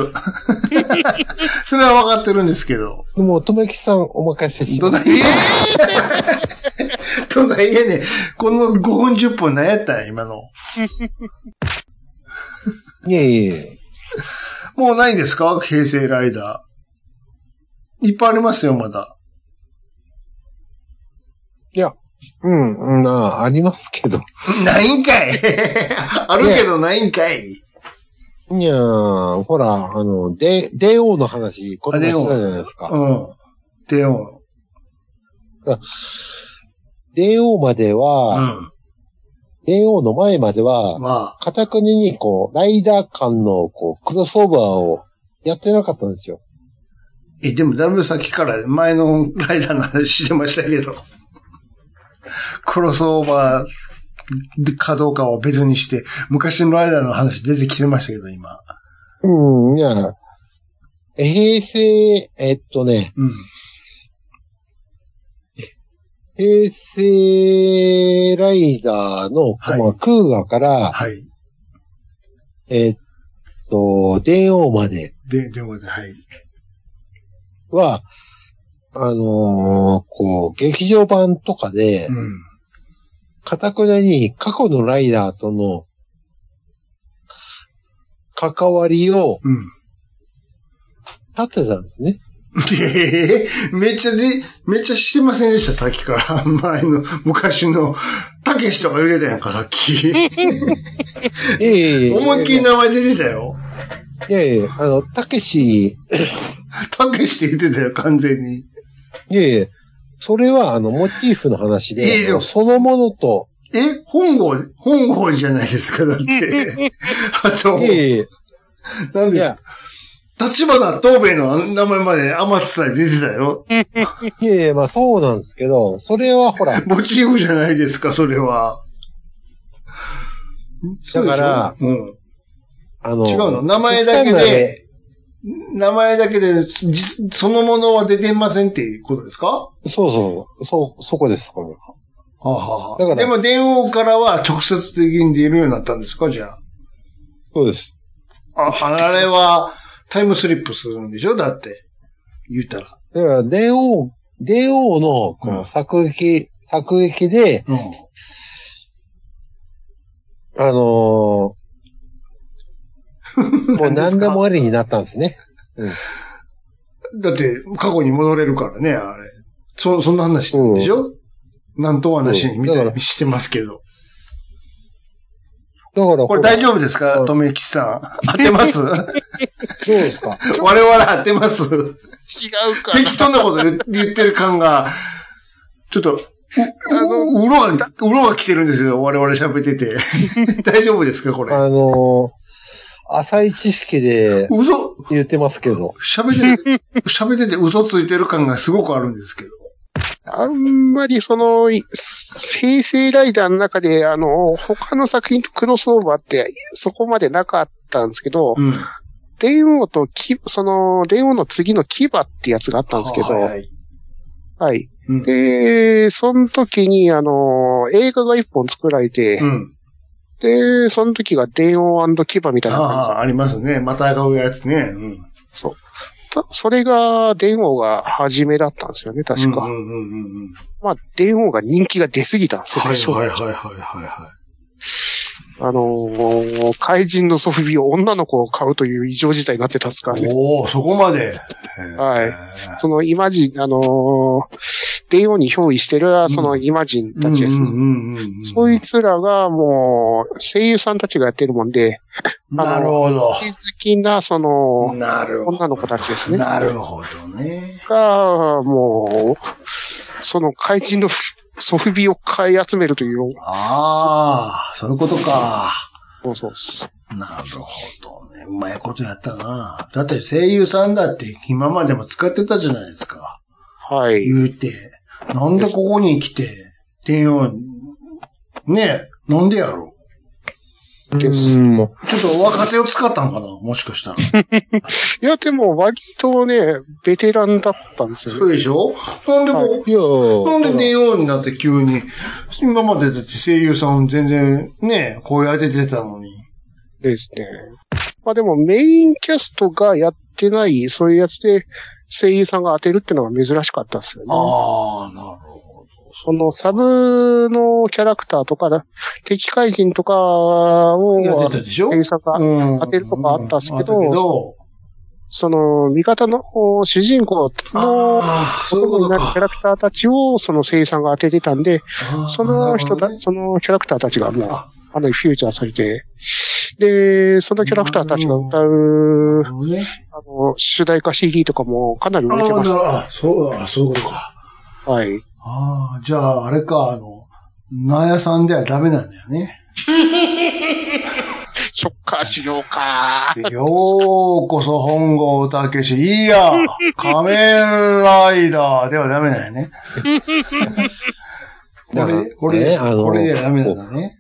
[SPEAKER 3] それは分かってるんですけど。
[SPEAKER 5] もう、とめきさんお任せし
[SPEAKER 3] ど
[SPEAKER 5] ま
[SPEAKER 3] ない
[SPEAKER 5] す。
[SPEAKER 3] えどないえねんこの5分10分何やったん今の。
[SPEAKER 5] いやいやいや
[SPEAKER 3] もうないんですか平成ライダー。いっぱいありますよ、まだ。
[SPEAKER 5] うん、まあ、ありますけど。
[SPEAKER 3] ないんかいあるけどないんかい
[SPEAKER 5] いやー、ほら、あの、で、電王の話、この前したじゃないですか。
[SPEAKER 3] うん。でも、
[SPEAKER 5] 電王まで
[SPEAKER 3] う
[SPEAKER 5] は、
[SPEAKER 3] ん。
[SPEAKER 5] 電王の前までは、
[SPEAKER 3] まあ、
[SPEAKER 5] カタクニにこう、ライダー間のこう、クロスオーバーをやってなかったんですよ。
[SPEAKER 3] え、でもだいぶ先から前のライダーの話してましたけど。 クロスオーバーかどうかを別にして、昔のライダーの話出てきてましたけど、今。
[SPEAKER 5] うん、いや、平成、えっとね、
[SPEAKER 3] うん。
[SPEAKER 5] 平成ライダーの、
[SPEAKER 3] はい
[SPEAKER 5] まあ、クーガから、
[SPEAKER 3] はい。
[SPEAKER 5] えっと、電王まで
[SPEAKER 3] で、でも、はい。
[SPEAKER 5] は、あのーこう、劇場版とかで
[SPEAKER 3] う、ん。
[SPEAKER 5] かたくなに過去のライダーとの関わりを
[SPEAKER 3] うん。
[SPEAKER 5] 立てたんで すね。
[SPEAKER 3] ええめっちゃで、 めっちゃしてませんでした、さっきから。 前の、昔の、たけしとか言うてたやんか、さっき。
[SPEAKER 5] ええ
[SPEAKER 3] 思いっきり
[SPEAKER 5] な。
[SPEAKER 3] 名前出てたよ。
[SPEAKER 5] いやいや、あの、たけし、
[SPEAKER 3] たけしって言ってたよ、完全に。
[SPEAKER 5] いやいや、それはあの、モチーフの話
[SPEAKER 3] いやい
[SPEAKER 5] で、
[SPEAKER 3] や
[SPEAKER 5] そのものと、
[SPEAKER 3] え本郷、本郷じゃないですか、だって。あと
[SPEAKER 5] い、やいや、
[SPEAKER 3] 何
[SPEAKER 5] い
[SPEAKER 3] で
[SPEAKER 5] や
[SPEAKER 3] す立花東兵衛の名前まで天津さん出てたよ。
[SPEAKER 5] いやいや、まあそうなんですけど、それはほら、
[SPEAKER 3] モチーフじゃないですか、それは。
[SPEAKER 5] だから
[SPEAKER 3] そうでしょ、うん。
[SPEAKER 5] あの、
[SPEAKER 3] 違うの名前だけで、名前だけで、じそのものは出てませんっていうことですかは
[SPEAKER 5] そうそう、そう、そこです、これ。
[SPEAKER 3] あはあ
[SPEAKER 5] だから
[SPEAKER 3] でも、電王からは直接的に出るようになったんですかじゃ
[SPEAKER 5] そうです。
[SPEAKER 3] あ。あ、あれは、タイムスリップするんでしょだって、言ったら。
[SPEAKER 5] だから、電王、電王の、こ
[SPEAKER 3] うん
[SPEAKER 5] の作劇、作劇で、
[SPEAKER 3] うん。
[SPEAKER 5] あのーも う何でもありになったんですね。
[SPEAKER 3] だって、過去に戻れるからね、あれ。そ、そんな話なんでしょ、なんと話にみたいにしてますけど。
[SPEAKER 5] だからほ
[SPEAKER 3] これ
[SPEAKER 5] ら、
[SPEAKER 3] 大丈夫ですかとめきさん。当てます 我
[SPEAKER 5] そうです か。
[SPEAKER 3] 々当てます
[SPEAKER 4] 違うか
[SPEAKER 3] 適当なこと言言ってる感が、ちょっと、う、ううろが、うろが来てるんですけど、我々喋って て。大丈夫ですかこれ。
[SPEAKER 5] あのー浅い知識で
[SPEAKER 3] 嘘、
[SPEAKER 5] 言ってますけど。
[SPEAKER 3] 喋ってて、 喋ってて嘘ついてる感がすごくあるんですけど。
[SPEAKER 4] あんまりその、い生成ライダーの中で、あの、他の作品とクロスオーバーってそこまでなかったんですけど、
[SPEAKER 3] うん。
[SPEAKER 4] 電王とき、その、電王の次の牙ってやつがあったんですけど、
[SPEAKER 3] はい
[SPEAKER 4] は、
[SPEAKER 3] はいいうん
[SPEAKER 4] で、その時に、あの、映画が一本作られて、
[SPEAKER 3] うん。
[SPEAKER 4] で、その時が電王牙みたい
[SPEAKER 3] あ
[SPEAKER 4] な感じ
[SPEAKER 3] あ、ありますね。また買うやつね。うん。
[SPEAKER 4] そう。たそれが、電王が初めだったんですよね、確か。
[SPEAKER 3] うんうんうんうんうん。
[SPEAKER 4] まあ、電王が人気が出すぎたんですよ、
[SPEAKER 3] はい
[SPEAKER 4] 正直
[SPEAKER 3] はいはいはいはいは
[SPEAKER 4] あのー怪人のソフビを女の子を買うという異常事態になってたっすから
[SPEAKER 3] い。
[SPEAKER 4] ね。
[SPEAKER 3] おおそこまで。
[SPEAKER 4] はい
[SPEAKER 3] へー
[SPEAKER 4] そのイマジン、あのー、電王に憑依してる、そのイマジンたちです
[SPEAKER 3] う
[SPEAKER 4] ね。
[SPEAKER 3] んうんうんうん
[SPEAKER 4] そいつらがもう、声優さんたちがやってるもんで、
[SPEAKER 3] なるほど。
[SPEAKER 4] 好きな、その、
[SPEAKER 3] なるほど。
[SPEAKER 4] 女の子たちですね
[SPEAKER 3] なるほどね。
[SPEAKER 4] が、もう、その怪人のソフビを買い集めるという、
[SPEAKER 3] ああ、そういうことか。
[SPEAKER 4] そうそうそう。
[SPEAKER 3] なるほどね。うまいことやったな。だって声優さんだって今までも使ってたじゃないですか。
[SPEAKER 4] はい。
[SPEAKER 3] 言うて。なんでここに来て、電話、ねえ、なんでやろ
[SPEAKER 4] です
[SPEAKER 5] うんも
[SPEAKER 3] う。ちょっと若手を使ったのかなもしかしたら。
[SPEAKER 4] いや、でも割とね、ベテランだったんですよね
[SPEAKER 3] そ。うでしょなんでこ
[SPEAKER 5] ういや
[SPEAKER 3] なんで
[SPEAKER 5] ー
[SPEAKER 3] 電王になって急に、今までだって声優さん全然ね、声当ててたのに。
[SPEAKER 4] ですね。まあでもメインキャストがやってない、そういうやつで声優さんが当てるってのが珍しかったですよね。
[SPEAKER 3] ああ、なるほ
[SPEAKER 4] そのサブのキャラクターとかだ、敵怪人とかを
[SPEAKER 3] ど。やってたでしょ
[SPEAKER 4] 声優さんが、
[SPEAKER 3] うん
[SPEAKER 4] 当てるとかあったっすけど
[SPEAKER 3] あったけど
[SPEAKER 4] その味方のお主人公の、
[SPEAKER 3] あーそういうこ
[SPEAKER 4] 男に
[SPEAKER 3] と
[SPEAKER 4] なるキャ
[SPEAKER 3] か。
[SPEAKER 4] ラクターたちをその声優さんが当ててたんで、
[SPEAKER 3] あー
[SPEAKER 4] その人た、
[SPEAKER 3] なる
[SPEAKER 4] そのキャラクターたちがもう、
[SPEAKER 3] あ
[SPEAKER 4] あの、フューチャーされて、で、そのキャラクターたちが歌う、
[SPEAKER 3] ほどね
[SPEAKER 4] あの、主題歌 CD とかもかなり
[SPEAKER 3] あ
[SPEAKER 4] 売れて
[SPEAKER 3] ー
[SPEAKER 4] ま
[SPEAKER 3] な
[SPEAKER 4] し
[SPEAKER 3] るあ、そう、あそういうことか。
[SPEAKER 4] た。はい。
[SPEAKER 3] ああ、じゃあ、あれか、あの、納屋さんではダメなんだよね。
[SPEAKER 4] ショッカーしようか。
[SPEAKER 3] ようこそ本郷武し、いいや、仮面ライダーではダメだよね。こ
[SPEAKER 5] だから
[SPEAKER 3] れ、これ、
[SPEAKER 5] ねあの
[SPEAKER 3] これではダメなんだね。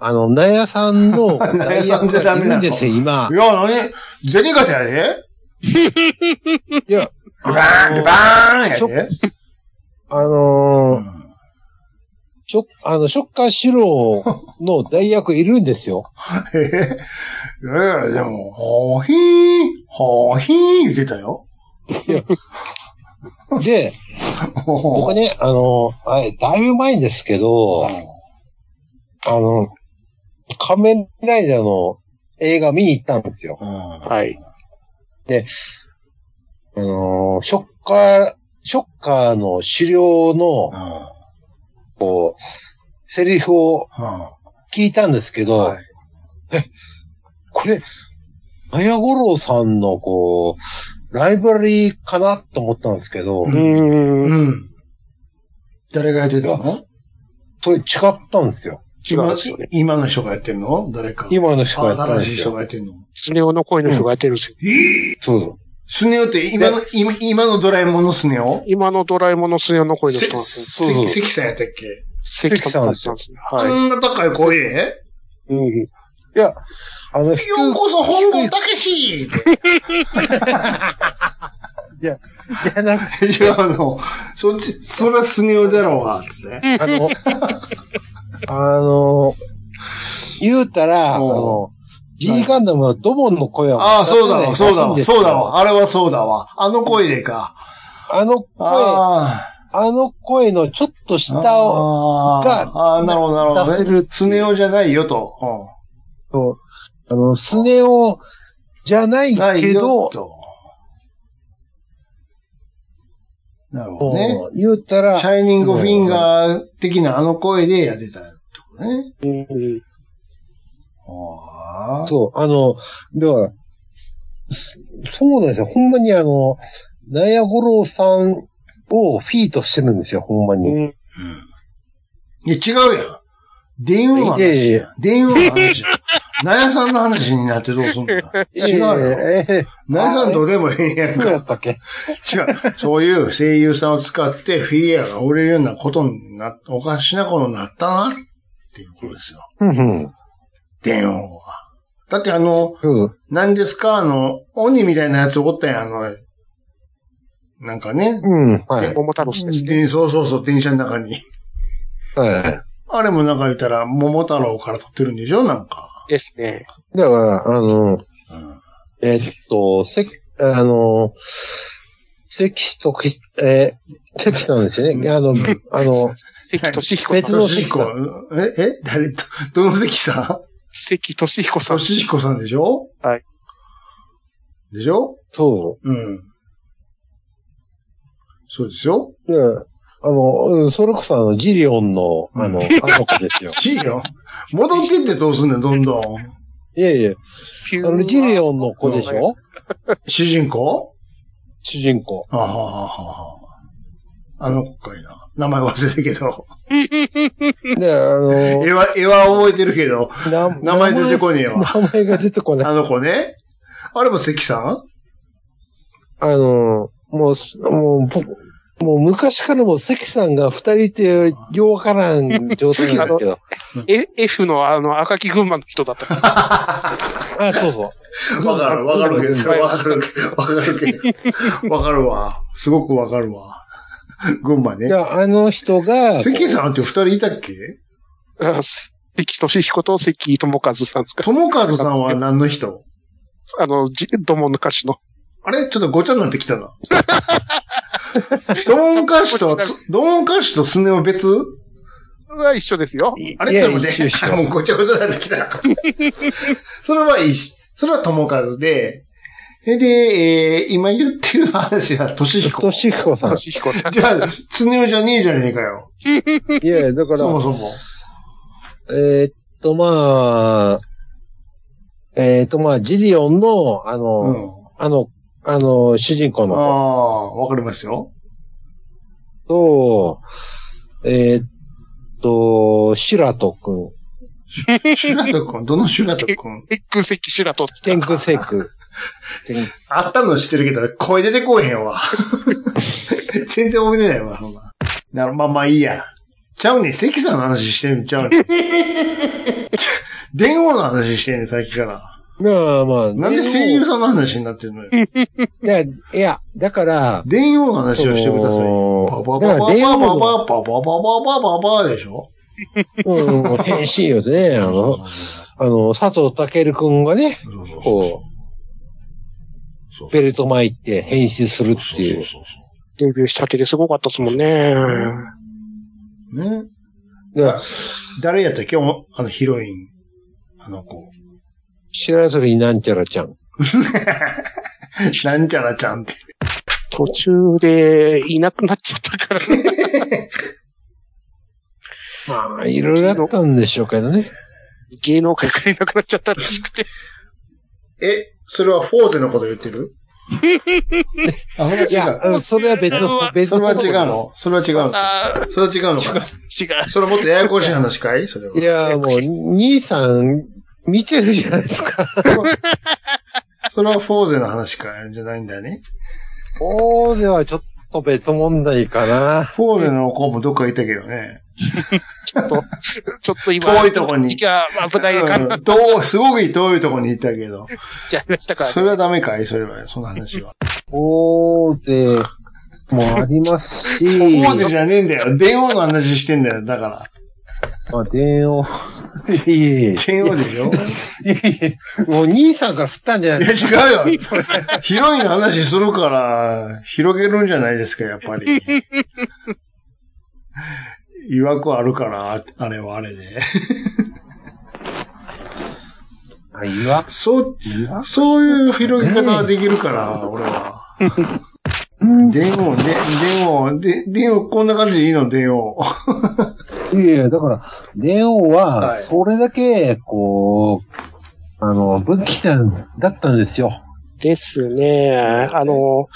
[SPEAKER 5] あの、納屋さ んの、
[SPEAKER 3] 納屋さんじゃダメなの
[SPEAKER 5] いるんですよ、今
[SPEAKER 3] い。や、なに銭形やで
[SPEAKER 5] いや、
[SPEAKER 3] ルバーン、ルバーンや
[SPEAKER 5] ちょ
[SPEAKER 3] で
[SPEAKER 5] あ
[SPEAKER 3] う
[SPEAKER 5] のー、
[SPEAKER 3] ん
[SPEAKER 5] ショッ、あの、ショッカーシローの代役いるんですよ。
[SPEAKER 3] ええいやいや、でも、ほーひーん、ほーひーん言ってたよ。
[SPEAKER 5] で、僕
[SPEAKER 3] 僕
[SPEAKER 5] ね、あのー、あれ、だいぶ前んですけど、あの、仮面ライダーの映画見に行ったんですよ。
[SPEAKER 4] はい。
[SPEAKER 5] あのー、ショッカー、ショッカーの狩猟のセリフを聞いたんですけど、
[SPEAKER 3] はい
[SPEAKER 5] これ、マヤゴロウさんのこう、ライバリーかなと思ったんですけど、
[SPEAKER 3] う
[SPEAKER 4] うーん。
[SPEAKER 3] うん。誰がやってたの
[SPEAKER 5] それ違ったんですよ。
[SPEAKER 4] 違うんですよね。
[SPEAKER 3] 今の人がやってるの誰か。
[SPEAKER 5] 今の人がやったん
[SPEAKER 3] 新
[SPEAKER 5] で
[SPEAKER 3] しい
[SPEAKER 5] す
[SPEAKER 3] 人
[SPEAKER 5] よ。
[SPEAKER 3] がやってるの。
[SPEAKER 4] スネ夫の声の人がやってるんですよ。
[SPEAKER 5] そう。
[SPEAKER 3] スネ夫って今の、今今のドラえもんのスネ夫
[SPEAKER 4] 今のドラえもんのスネ夫の声の
[SPEAKER 3] せ
[SPEAKER 4] 人なんですよ。
[SPEAKER 5] そうそう
[SPEAKER 3] せ関さんやったっけ
[SPEAKER 4] 関田さんですね。
[SPEAKER 3] あ
[SPEAKER 4] はい。
[SPEAKER 3] んな高い声で
[SPEAKER 4] うん。
[SPEAKER 5] あの、低い
[SPEAKER 3] ようこそ本郷武士
[SPEAKER 5] じゃなくて、
[SPEAKER 3] いや、あの、そっち、それはスネ夫だろうが、つって。
[SPEAKER 5] あの、あの、言うたら、あ
[SPEAKER 3] うん
[SPEAKER 5] の、G ガンダムのドボンの声は
[SPEAKER 3] ああ、そうだわ、そうだわ、そうだ
[SPEAKER 5] わ。
[SPEAKER 3] わ。あれはそうだわ。あの声でか。
[SPEAKER 5] あの声、
[SPEAKER 3] あ
[SPEAKER 5] あの声のちょっと
[SPEAKER 3] あ。
[SPEAKER 5] 下を、
[SPEAKER 3] あーあー、なるほど、なるほど、ね。
[SPEAKER 5] 出せる
[SPEAKER 3] スネ夫じゃないよと。
[SPEAKER 5] あの、スネ夫じゃない
[SPEAKER 3] うん、ない
[SPEAKER 5] け
[SPEAKER 3] よ
[SPEAKER 5] ど、
[SPEAKER 3] と。なるほどね。
[SPEAKER 5] うん言うたら
[SPEAKER 3] シ、ャイニングフィンガー的なあの声でやってたってことね。
[SPEAKER 4] うん
[SPEAKER 5] そう、あの、では、そそうなんですよ。ほんまにあの、ナヤゴロウさんをフィートしてるんですよ、ほんまに。
[SPEAKER 3] いや、違うやん。電話の
[SPEAKER 5] いやいや
[SPEAKER 3] 話
[SPEAKER 5] いや
[SPEAKER 3] や。電話の 話や。納屋さんの話になってどうすんだ違うよ。
[SPEAKER 5] えええ
[SPEAKER 3] 納屋さんどうでもええや
[SPEAKER 5] え
[SPEAKER 3] ん
[SPEAKER 5] そう
[SPEAKER 3] か。
[SPEAKER 5] やったっけ
[SPEAKER 3] 違う。そういう声優さんを使ってフィギュアが売れるようなことになっおかしなことになったなっていうことですよ。
[SPEAKER 5] うんうん。
[SPEAKER 3] 電話が。だってあの、
[SPEAKER 5] そう。
[SPEAKER 3] 何ですかあの、鬼みたいなやつおったやん、あの、なんかね。
[SPEAKER 5] うん、はい。
[SPEAKER 4] 桃太郎氏ですね。
[SPEAKER 3] でそうそうそう、電車の中に。
[SPEAKER 5] は
[SPEAKER 3] あれもなんか言ったら、桃太郎から撮ってるんでしょなんか。
[SPEAKER 4] ですね。
[SPEAKER 5] い。だから、あ
[SPEAKER 3] う
[SPEAKER 5] の、
[SPEAKER 3] ん
[SPEAKER 5] えっと、せ、あの、関とき、えー、関なんですよね。あの、あの、
[SPEAKER 4] 関俊彦
[SPEAKER 5] 別
[SPEAKER 4] さん。
[SPEAKER 5] の関さん。
[SPEAKER 3] え、え誰 ど、どの関さ
[SPEAKER 4] 関俊彦
[SPEAKER 3] ん
[SPEAKER 4] さん。
[SPEAKER 3] 俊彦さんでしょ
[SPEAKER 4] はい。
[SPEAKER 3] でしょ
[SPEAKER 5] そ
[SPEAKER 3] うん。そうですよ。
[SPEAKER 5] う。で、あの、うんそれこそあの、ジリオンの、あの、
[SPEAKER 3] う
[SPEAKER 5] あの子で すよ。
[SPEAKER 3] いいよ。戻ってってどうすんねん、どんどん。
[SPEAKER 5] いやいや、
[SPEAKER 4] ピュ
[SPEAKER 5] あの、ジリオンの子でしょ
[SPEAKER 3] 主人公
[SPEAKER 5] 主人公。
[SPEAKER 3] あはははは。あの子かいな。名前忘れたけど。
[SPEAKER 5] で、あの、
[SPEAKER 3] 絵は、絵は覚えてるけど、
[SPEAKER 5] な
[SPEAKER 3] 名前出てこねえわ。
[SPEAKER 5] 名前が出てこない。
[SPEAKER 3] あの子ね。あれも関さん
[SPEAKER 5] あの、もうす、もう、僕、もう昔からもう関さんが二人ってようわからん状態なんだけど。
[SPEAKER 4] え F のあの、赤木群馬の人だった。
[SPEAKER 5] あ、そうそう。
[SPEAKER 3] わかる、わかるけど、それわかる、わかるけど。わかるわ。すごくわかるわ。群馬
[SPEAKER 5] い
[SPEAKER 3] ね。
[SPEAKER 5] や、あの人が、
[SPEAKER 3] 関さんって二人いたっけ
[SPEAKER 4] あ関俊彦と関智和さんですか。
[SPEAKER 3] 友和さんは何の人
[SPEAKER 4] あの、じどもの歌手の。
[SPEAKER 3] あれちょっとごちゃになってきた な。ドンカシとつ、ドンカシとスネ夫別
[SPEAKER 4] は一緒ですよ。
[SPEAKER 3] あ
[SPEAKER 5] い
[SPEAKER 3] れ
[SPEAKER 5] や
[SPEAKER 3] ちょっと待
[SPEAKER 5] 一緒
[SPEAKER 3] って、
[SPEAKER 5] 一緒
[SPEAKER 3] もうごちゃごちゃになってきた。 それはいいし、それは友和で、えで、えー今言ってる話は俊彦。
[SPEAKER 5] としひこさん。
[SPEAKER 4] 俊彦さん。
[SPEAKER 3] じゃあ、スネ夫じゃねえじゃねえかよ。
[SPEAKER 5] いやいや、だか
[SPEAKER 3] そも
[SPEAKER 5] ら、
[SPEAKER 3] そも。
[SPEAKER 5] えーっと、まあ、えーっと、まあ、ジリオンの、あの、
[SPEAKER 3] うん。
[SPEAKER 5] あの、あの、主人公
[SPEAKER 3] あ
[SPEAKER 5] の
[SPEAKER 3] あ、わかりますよ。
[SPEAKER 5] 子と、えーっと、シュラト君、
[SPEAKER 3] シュラト君、どのシュラト君
[SPEAKER 4] エッグ関修羅と。
[SPEAKER 5] 天空聖空。天
[SPEAKER 3] あったの知ってるけど、声出てこうへんわ。 全然覚えてないわ、そんな。なるまあまあいいや。ちゃうねん、関さんの話してんのちゃうねん。電話の話してんねん、さっきから。
[SPEAKER 5] まあまあ、
[SPEAKER 3] なんで声優さんの話になってんのよ。
[SPEAKER 5] いや、いや、だから、
[SPEAKER 3] 電話の話をしてくださいよ。パパパパパパパパパパパパパでしょ
[SPEAKER 5] うん、変身よね。あの、あの、佐藤健くんがね、
[SPEAKER 3] そうそうそう
[SPEAKER 5] こう、ベルト巻いて変身するっていう。
[SPEAKER 3] そうそう
[SPEAKER 4] デビューしたてですごかったですもんね。
[SPEAKER 3] そうね。
[SPEAKER 5] だから
[SPEAKER 3] 誰やったっけおあのヒロイン。あの子。
[SPEAKER 5] 白鳥なんちゃらちゃん。
[SPEAKER 3] なんちゃらちゃんって。
[SPEAKER 4] 途中でいなくなっちゃったからね。
[SPEAKER 5] まあ、いろいろあったんでしょうけどね。
[SPEAKER 4] 芸能界からいなくなっちゃったらしくて。
[SPEAKER 3] え、それはフォーゼのこと言ってるあ、それ
[SPEAKER 5] いや、うんそれは別の、別
[SPEAKER 3] それ
[SPEAKER 5] の。
[SPEAKER 3] は違うのそれは違うの
[SPEAKER 4] ああ、
[SPEAKER 3] それは違うのか
[SPEAKER 4] 違う。
[SPEAKER 3] それはもっとややこしい話かいそれは。
[SPEAKER 5] いや、もう、兄さん、見てるじゃないですか。
[SPEAKER 3] それはフォーゼの話かいじゃないんだよね。
[SPEAKER 5] そうではちょっと別問題かな。
[SPEAKER 3] フォーゼの子もどっかいたけどね。
[SPEAKER 4] ちょっと、ちょっと今。
[SPEAKER 3] 遠いとこに
[SPEAKER 4] 時が危ないか
[SPEAKER 3] う
[SPEAKER 4] ら
[SPEAKER 3] んどう、すごく遠いとこにいたけど。
[SPEAKER 4] じゃあしたから
[SPEAKER 3] それはダメかいそれは、その話は。
[SPEAKER 5] 大勢もありますし、
[SPEAKER 3] フォーゼじゃねえんだよ。電王の話してんだよ。だから。
[SPEAKER 5] まあ、電話。いえいえ
[SPEAKER 3] 電王でしょ
[SPEAKER 5] いやいや、もう兄さんから振ったんじゃ
[SPEAKER 3] い
[SPEAKER 5] ない
[SPEAKER 3] や、違うよ。ヒロインの話するから、広げるんじゃないですか、やっぱり。違和くあるから、ああれはあれで。
[SPEAKER 5] あ、いわ。
[SPEAKER 3] そう、
[SPEAKER 5] いわ
[SPEAKER 3] そういう広げ方はできるから、俺は。電王、で、電王、で、電王、こんな感じでいいの、電王。
[SPEAKER 5] いやいや、だから、電話
[SPEAKER 3] は
[SPEAKER 5] は、
[SPEAKER 3] い
[SPEAKER 5] それだけ、こう、あの、武器なんだったんですよ。
[SPEAKER 4] ですね。あの、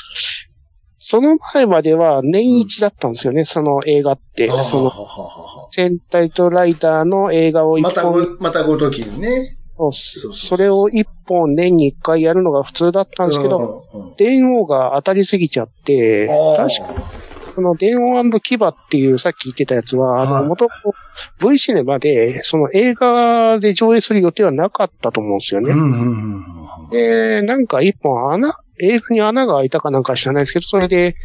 [SPEAKER 4] その前までは年一だったんですよね、その映画って。
[SPEAKER 3] はあ
[SPEAKER 4] その、
[SPEAKER 3] はあはあはあ
[SPEAKER 4] 戦隊とライダーの映画を一
[SPEAKER 3] また
[SPEAKER 4] 本、
[SPEAKER 3] ご、またごときにね。そうそう
[SPEAKER 4] それを一本年に一回やるのが普通だったんですけど、
[SPEAKER 3] うんうん
[SPEAKER 4] 電王が当たりすぎちゃって、
[SPEAKER 3] あ
[SPEAKER 4] 確か
[SPEAKER 3] ー
[SPEAKER 4] その、電音牙っていうさっき言ってたやつは、あ
[SPEAKER 3] はい
[SPEAKER 4] の、元々 V シネマで、その映画で上映する予定はなかったと思うんですよ
[SPEAKER 3] う
[SPEAKER 4] ね。
[SPEAKER 3] んうんうん
[SPEAKER 4] で、なんか一本穴、映画に穴が開いたかなんか知らないですけど、それで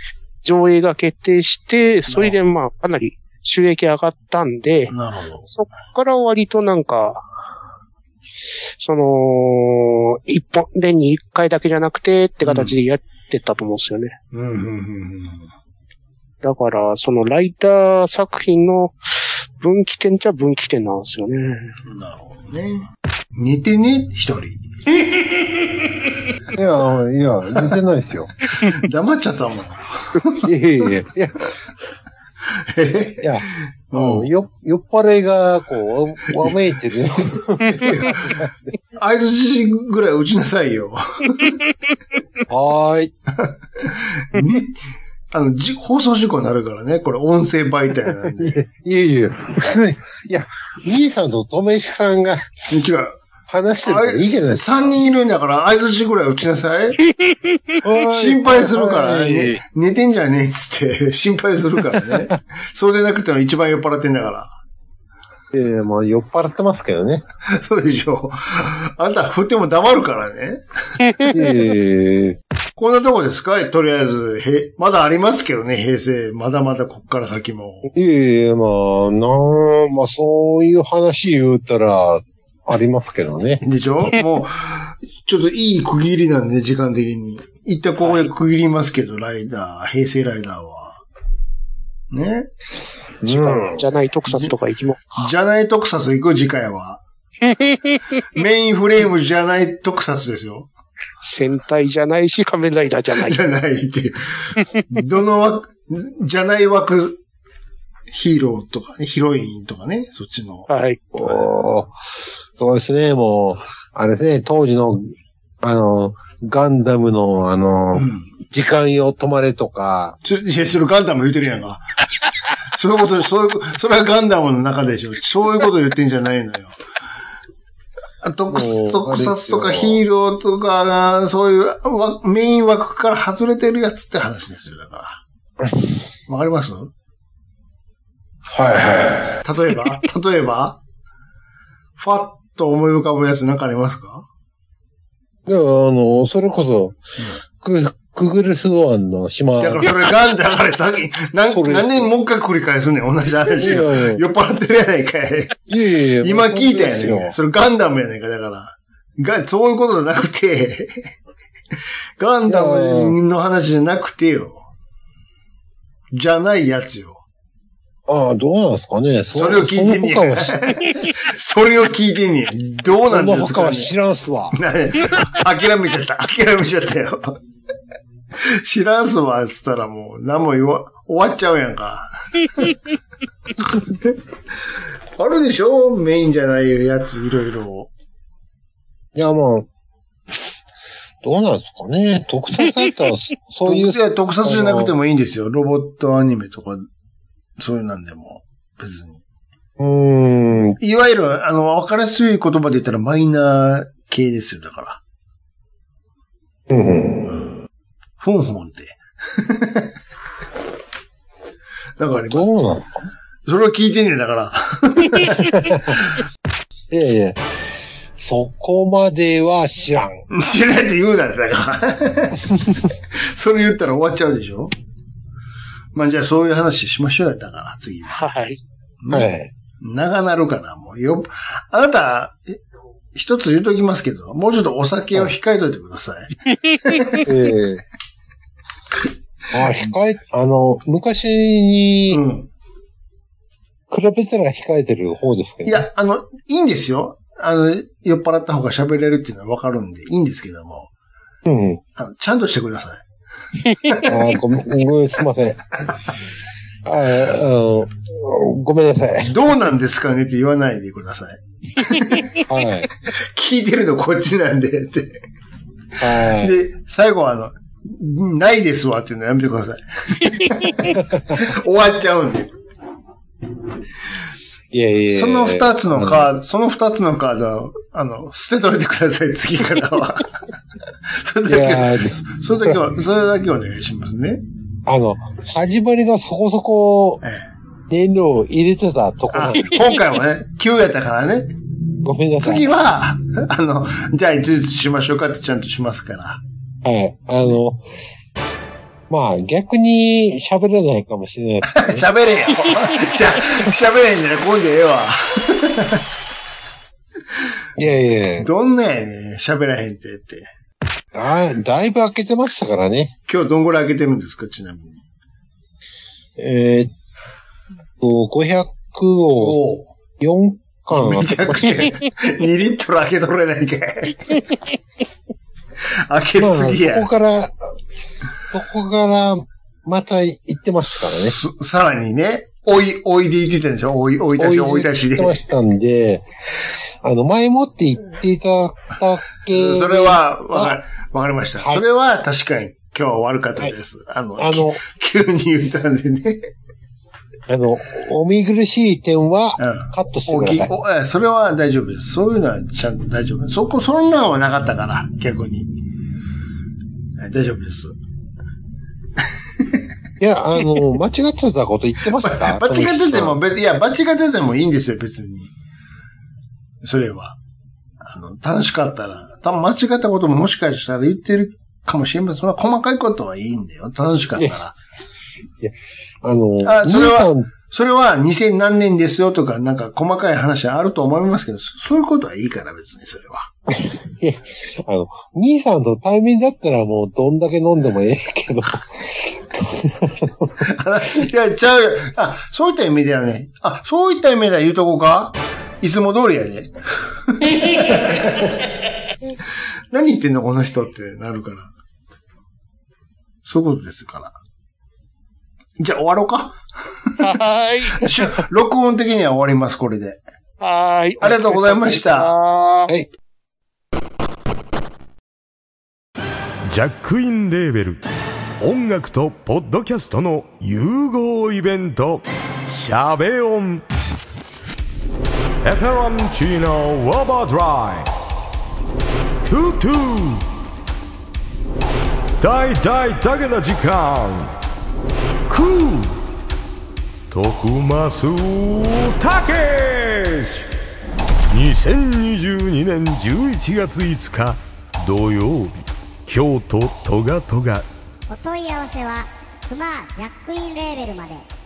[SPEAKER 4] 上映が決定して、それでまあ、かなり収益上がったんで
[SPEAKER 3] う、ん。なるほど。
[SPEAKER 4] そっから割となんか、その、一本、年に一回だけじゃなくてって形でやってたと思うんですよね。
[SPEAKER 3] うんうんうんうん。
[SPEAKER 4] だから、そのライター作品の分岐点っちゃ分岐点なんですよね。
[SPEAKER 3] なるほどね。寝てね、一人。
[SPEAKER 5] いや、いや、似てないですよ。
[SPEAKER 3] 黙っちゃったもん。
[SPEAKER 5] いやいやいや。いやいや、
[SPEAKER 3] うん
[SPEAKER 5] よ酔っ払いが、こう、わわめいてる。
[SPEAKER 3] 合図ぐらい打ちなさいよ。
[SPEAKER 5] はーい。
[SPEAKER 3] ね。あの、じ、放送事故になるからね。これ音声媒体なんで。
[SPEAKER 5] いやいやいや。いや、兄さんととめしさんが
[SPEAKER 3] 違う。
[SPEAKER 5] 話してるからいいじゃないですか。
[SPEAKER 3] 三人いるんだから、合図ぐらい打ちなさい。心配するから、
[SPEAKER 5] はい
[SPEAKER 3] ね、寝てんじゃねえっつって、心配するからね。そうでなくても一番酔っ払ってんだか
[SPEAKER 5] いやいや、もう酔っ払ってますけど ね。
[SPEAKER 3] ら。そうでしょ。あんた振っても黙るからね。
[SPEAKER 5] いやいやいやい
[SPEAKER 3] こんなとこですかとりあえず、へ、まだありますけどね、平成。まだまだこっから先も。
[SPEAKER 5] やいやいや、まあ、なん、まあ、そういう話言うたら、ありますけどね。
[SPEAKER 3] でしょもう、ちょっといい区切りなんで、時間的に。一旦ここで区切りますけど、ライダー、平成ライダーは。ね
[SPEAKER 4] じ
[SPEAKER 5] うん
[SPEAKER 4] じゃない特撮とか行きますか。
[SPEAKER 3] じゃない特撮行く次回は。メインフレームじゃない特撮ですよ。
[SPEAKER 4] 戦隊じゃないし、仮面ライダーじゃない
[SPEAKER 3] じ。ゃないって。どの枠、じゃない枠、ヒーローとかね、ヒロインとかね、そっちの。
[SPEAKER 4] はい。
[SPEAKER 5] おーそうですね、もう、あれですね、当時の、あの、ガンダムの、あの、
[SPEAKER 3] うん。
[SPEAKER 5] 時間よ止まれとか、
[SPEAKER 3] ついやそれガンダム言うてるやんか。 そういうこと、そういうこ、それはガンダムの中でしょ。そういうこと言ってんじゃないのよ。あ特
[SPEAKER 5] もう
[SPEAKER 3] 特撮と
[SPEAKER 5] あ
[SPEAKER 3] か
[SPEAKER 5] れですよ
[SPEAKER 3] ヒーローとか、そういうわメイン枠から外れてるやつって話ですよ、だから。わかりますはいはい。例えば、例えば、ファッと思い浮かぶやつなんかありますか
[SPEAKER 5] であの、それこそ、ククグルスドアンの島、
[SPEAKER 3] だからそれガンダムだからさっ き、なん
[SPEAKER 5] それです
[SPEAKER 3] 何年もう一回繰り返すねん、同じ話を。
[SPEAKER 5] いやいや
[SPEAKER 3] 酔っ払ってるやないかい。
[SPEAKER 5] いやいやいや
[SPEAKER 3] 今聞いたや
[SPEAKER 5] そう
[SPEAKER 3] ね
[SPEAKER 5] で
[SPEAKER 3] ん。それガンダムやねんか、だから。が、そういうことじゃなくて、 ガンダムの話じゃなくてよ。じゃないやつよ。
[SPEAKER 5] ああ、どうなんですかね。そ
[SPEAKER 3] それを聞いてんね
[SPEAKER 5] その他
[SPEAKER 3] や
[SPEAKER 5] は知。
[SPEAKER 3] それを聞いてんねん。どうな
[SPEAKER 5] そ
[SPEAKER 3] ん
[SPEAKER 5] の
[SPEAKER 3] です
[SPEAKER 5] 他
[SPEAKER 3] か、
[SPEAKER 5] は
[SPEAKER 3] ね、
[SPEAKER 5] 知らんすわ。
[SPEAKER 3] な諦めちゃった。諦めちゃったよ。知らんすわ、つったらもう、何も言わ、終わっちゃうやんか。 あるでしょメインじゃないやつ、いろいろ。
[SPEAKER 5] いや、もう、どうなんですかね。特撮だ ったら、そそういう
[SPEAKER 3] 特、撮特撮じゃなくてもいいんですよ。ロボットアニメとか、そういうなんでも、別に。
[SPEAKER 5] うーん、
[SPEAKER 3] いわゆる、あの、わかりやすい言葉で言ったらマイナー系ですよ、だから。うん。うん。ふんふんって。 だから、
[SPEAKER 5] どうなんですかね。
[SPEAKER 3] それを聞いてんねんだから。
[SPEAKER 5] いやいや、そこまでは知らん。
[SPEAKER 3] 知らないって言うなってだから。 それ言ったら終わっちゃうでしょまあじゃあそういう話しましょうよ、だから、次。
[SPEAKER 4] はい。
[SPEAKER 5] はい。
[SPEAKER 3] 長なるから、もうよ、あなた、え一つ言うときますけど、もうちょっとお酒を控えといてください。
[SPEAKER 5] ええあ、控え、あの、昔に
[SPEAKER 3] うん。
[SPEAKER 5] 比べたら控えてる方ですけど。
[SPEAKER 3] い、や、あの、いいんですよ。あの、酔っ払った方が喋れるっていうのはわかるんで、いいんですけども、
[SPEAKER 5] うん。
[SPEAKER 3] あのちゃんとしてください。
[SPEAKER 5] あごめん、ごめん、すいません。ああのごめんなさい。
[SPEAKER 3] どうなんですかねって言わないでください。
[SPEAKER 5] はい。
[SPEAKER 3] 聞いてるのこっちなんで、って。
[SPEAKER 5] はい。
[SPEAKER 3] で、最後はあの、ないですわっていうのやめてくださ い。終わっちゃうんで。
[SPEAKER 5] いやいやいや
[SPEAKER 3] その二つのカード、その二つのカードは、あの、捨てといてください、次から は。それ
[SPEAKER 5] い
[SPEAKER 3] だけは、
[SPEAKER 5] やー、
[SPEAKER 3] それだけは、それだけお願いしますね。
[SPEAKER 5] あの、始まりがそこそこ
[SPEAKER 3] ええ
[SPEAKER 5] 燃料を入れてたとこな
[SPEAKER 3] あ
[SPEAKER 5] んで、
[SPEAKER 3] 今回はね、9やったからね。
[SPEAKER 5] ごめんなさい。
[SPEAKER 3] 次は、あの、じゃあ5つしましょうかってちゃんとしますから。
[SPEAKER 5] はい。あの、まあ逆に喋れないかもしれないです
[SPEAKER 3] 喋れよ。じゃあ、喋れんじゃない、んでええわ。
[SPEAKER 5] いやいやいや
[SPEAKER 3] どんなやねん、喋らへんってって。
[SPEAKER 5] だ、だいぶ開けてましたからね。
[SPEAKER 3] 今日どんぐらい開けてるんですか、ちなみに。
[SPEAKER 5] えーっと、500を
[SPEAKER 3] おお
[SPEAKER 5] 4巻
[SPEAKER 3] めちゃくちゃ、2リットル開けとれないか い。開け
[SPEAKER 5] まあ
[SPEAKER 3] すぎ
[SPEAKER 5] そ
[SPEAKER 3] や
[SPEAKER 5] こ。から、そこから、また行ってましたからね。
[SPEAKER 3] そさらにね、おい、おいで言ってたんでしょおい、おい出し、おい出し
[SPEAKER 5] 行
[SPEAKER 3] で
[SPEAKER 5] って。ましたんで、あの、前もって言っていただっけ、
[SPEAKER 3] それ、は、わかり、わかりました。
[SPEAKER 5] はい
[SPEAKER 3] それは確かに今日は悪かったです。あの、
[SPEAKER 5] あの、
[SPEAKER 3] 急に言ったんでね。
[SPEAKER 5] あの、お見苦しい点は
[SPEAKER 3] うん、
[SPEAKER 5] カットして
[SPEAKER 3] お
[SPEAKER 5] く
[SPEAKER 3] ぎ
[SPEAKER 5] ださい。
[SPEAKER 3] おえそれは大丈夫です。そういうのはちゃんと大丈夫です。そこ、そんなのはなかったから、逆に。え大丈夫です。
[SPEAKER 5] いや、あの、 間違ってたこと言ってまし た
[SPEAKER 3] 間違ってても、、別いや、間違っててもいいんですよ、別に。それは。あの、楽しかったら、多分間違ったことももしかしたら言ってるかもしれません。そんな細かいことはいいんだよ。楽しかったら。
[SPEAKER 5] あの、
[SPEAKER 3] あそれは
[SPEAKER 5] 兄さん
[SPEAKER 3] それは2000何年ですよとか、なんか細かい話あると思いますけど、そそういうことはいいから別にそれは。
[SPEAKER 5] あの、兄さんと対面だったらもうどんだけ飲んでもええ けど、
[SPEAKER 3] いや、ちゃうよ。あ、そういった意味ではね。あ、そういった意味では言うとこうかいつも通りやで。何言ってんのこの人ってなるから。そういうことですから。じゃあ終わろうか。
[SPEAKER 4] はーい。
[SPEAKER 3] しゅ録音的には終わります、これで。
[SPEAKER 4] はーい。
[SPEAKER 3] ありがとうございました
[SPEAKER 4] はーい
[SPEAKER 7] ジャックインレーベル音楽とポッドキャストの融合イベント「シャベオン」「エフェロンチーノウォーバードライ」「トゥトゥ」「大大だけな時間」「クー」「徳マスたけし」2022年11月5日土曜日京都トガトガ
[SPEAKER 2] お問い合わせは、クマージャックインレーベルまで。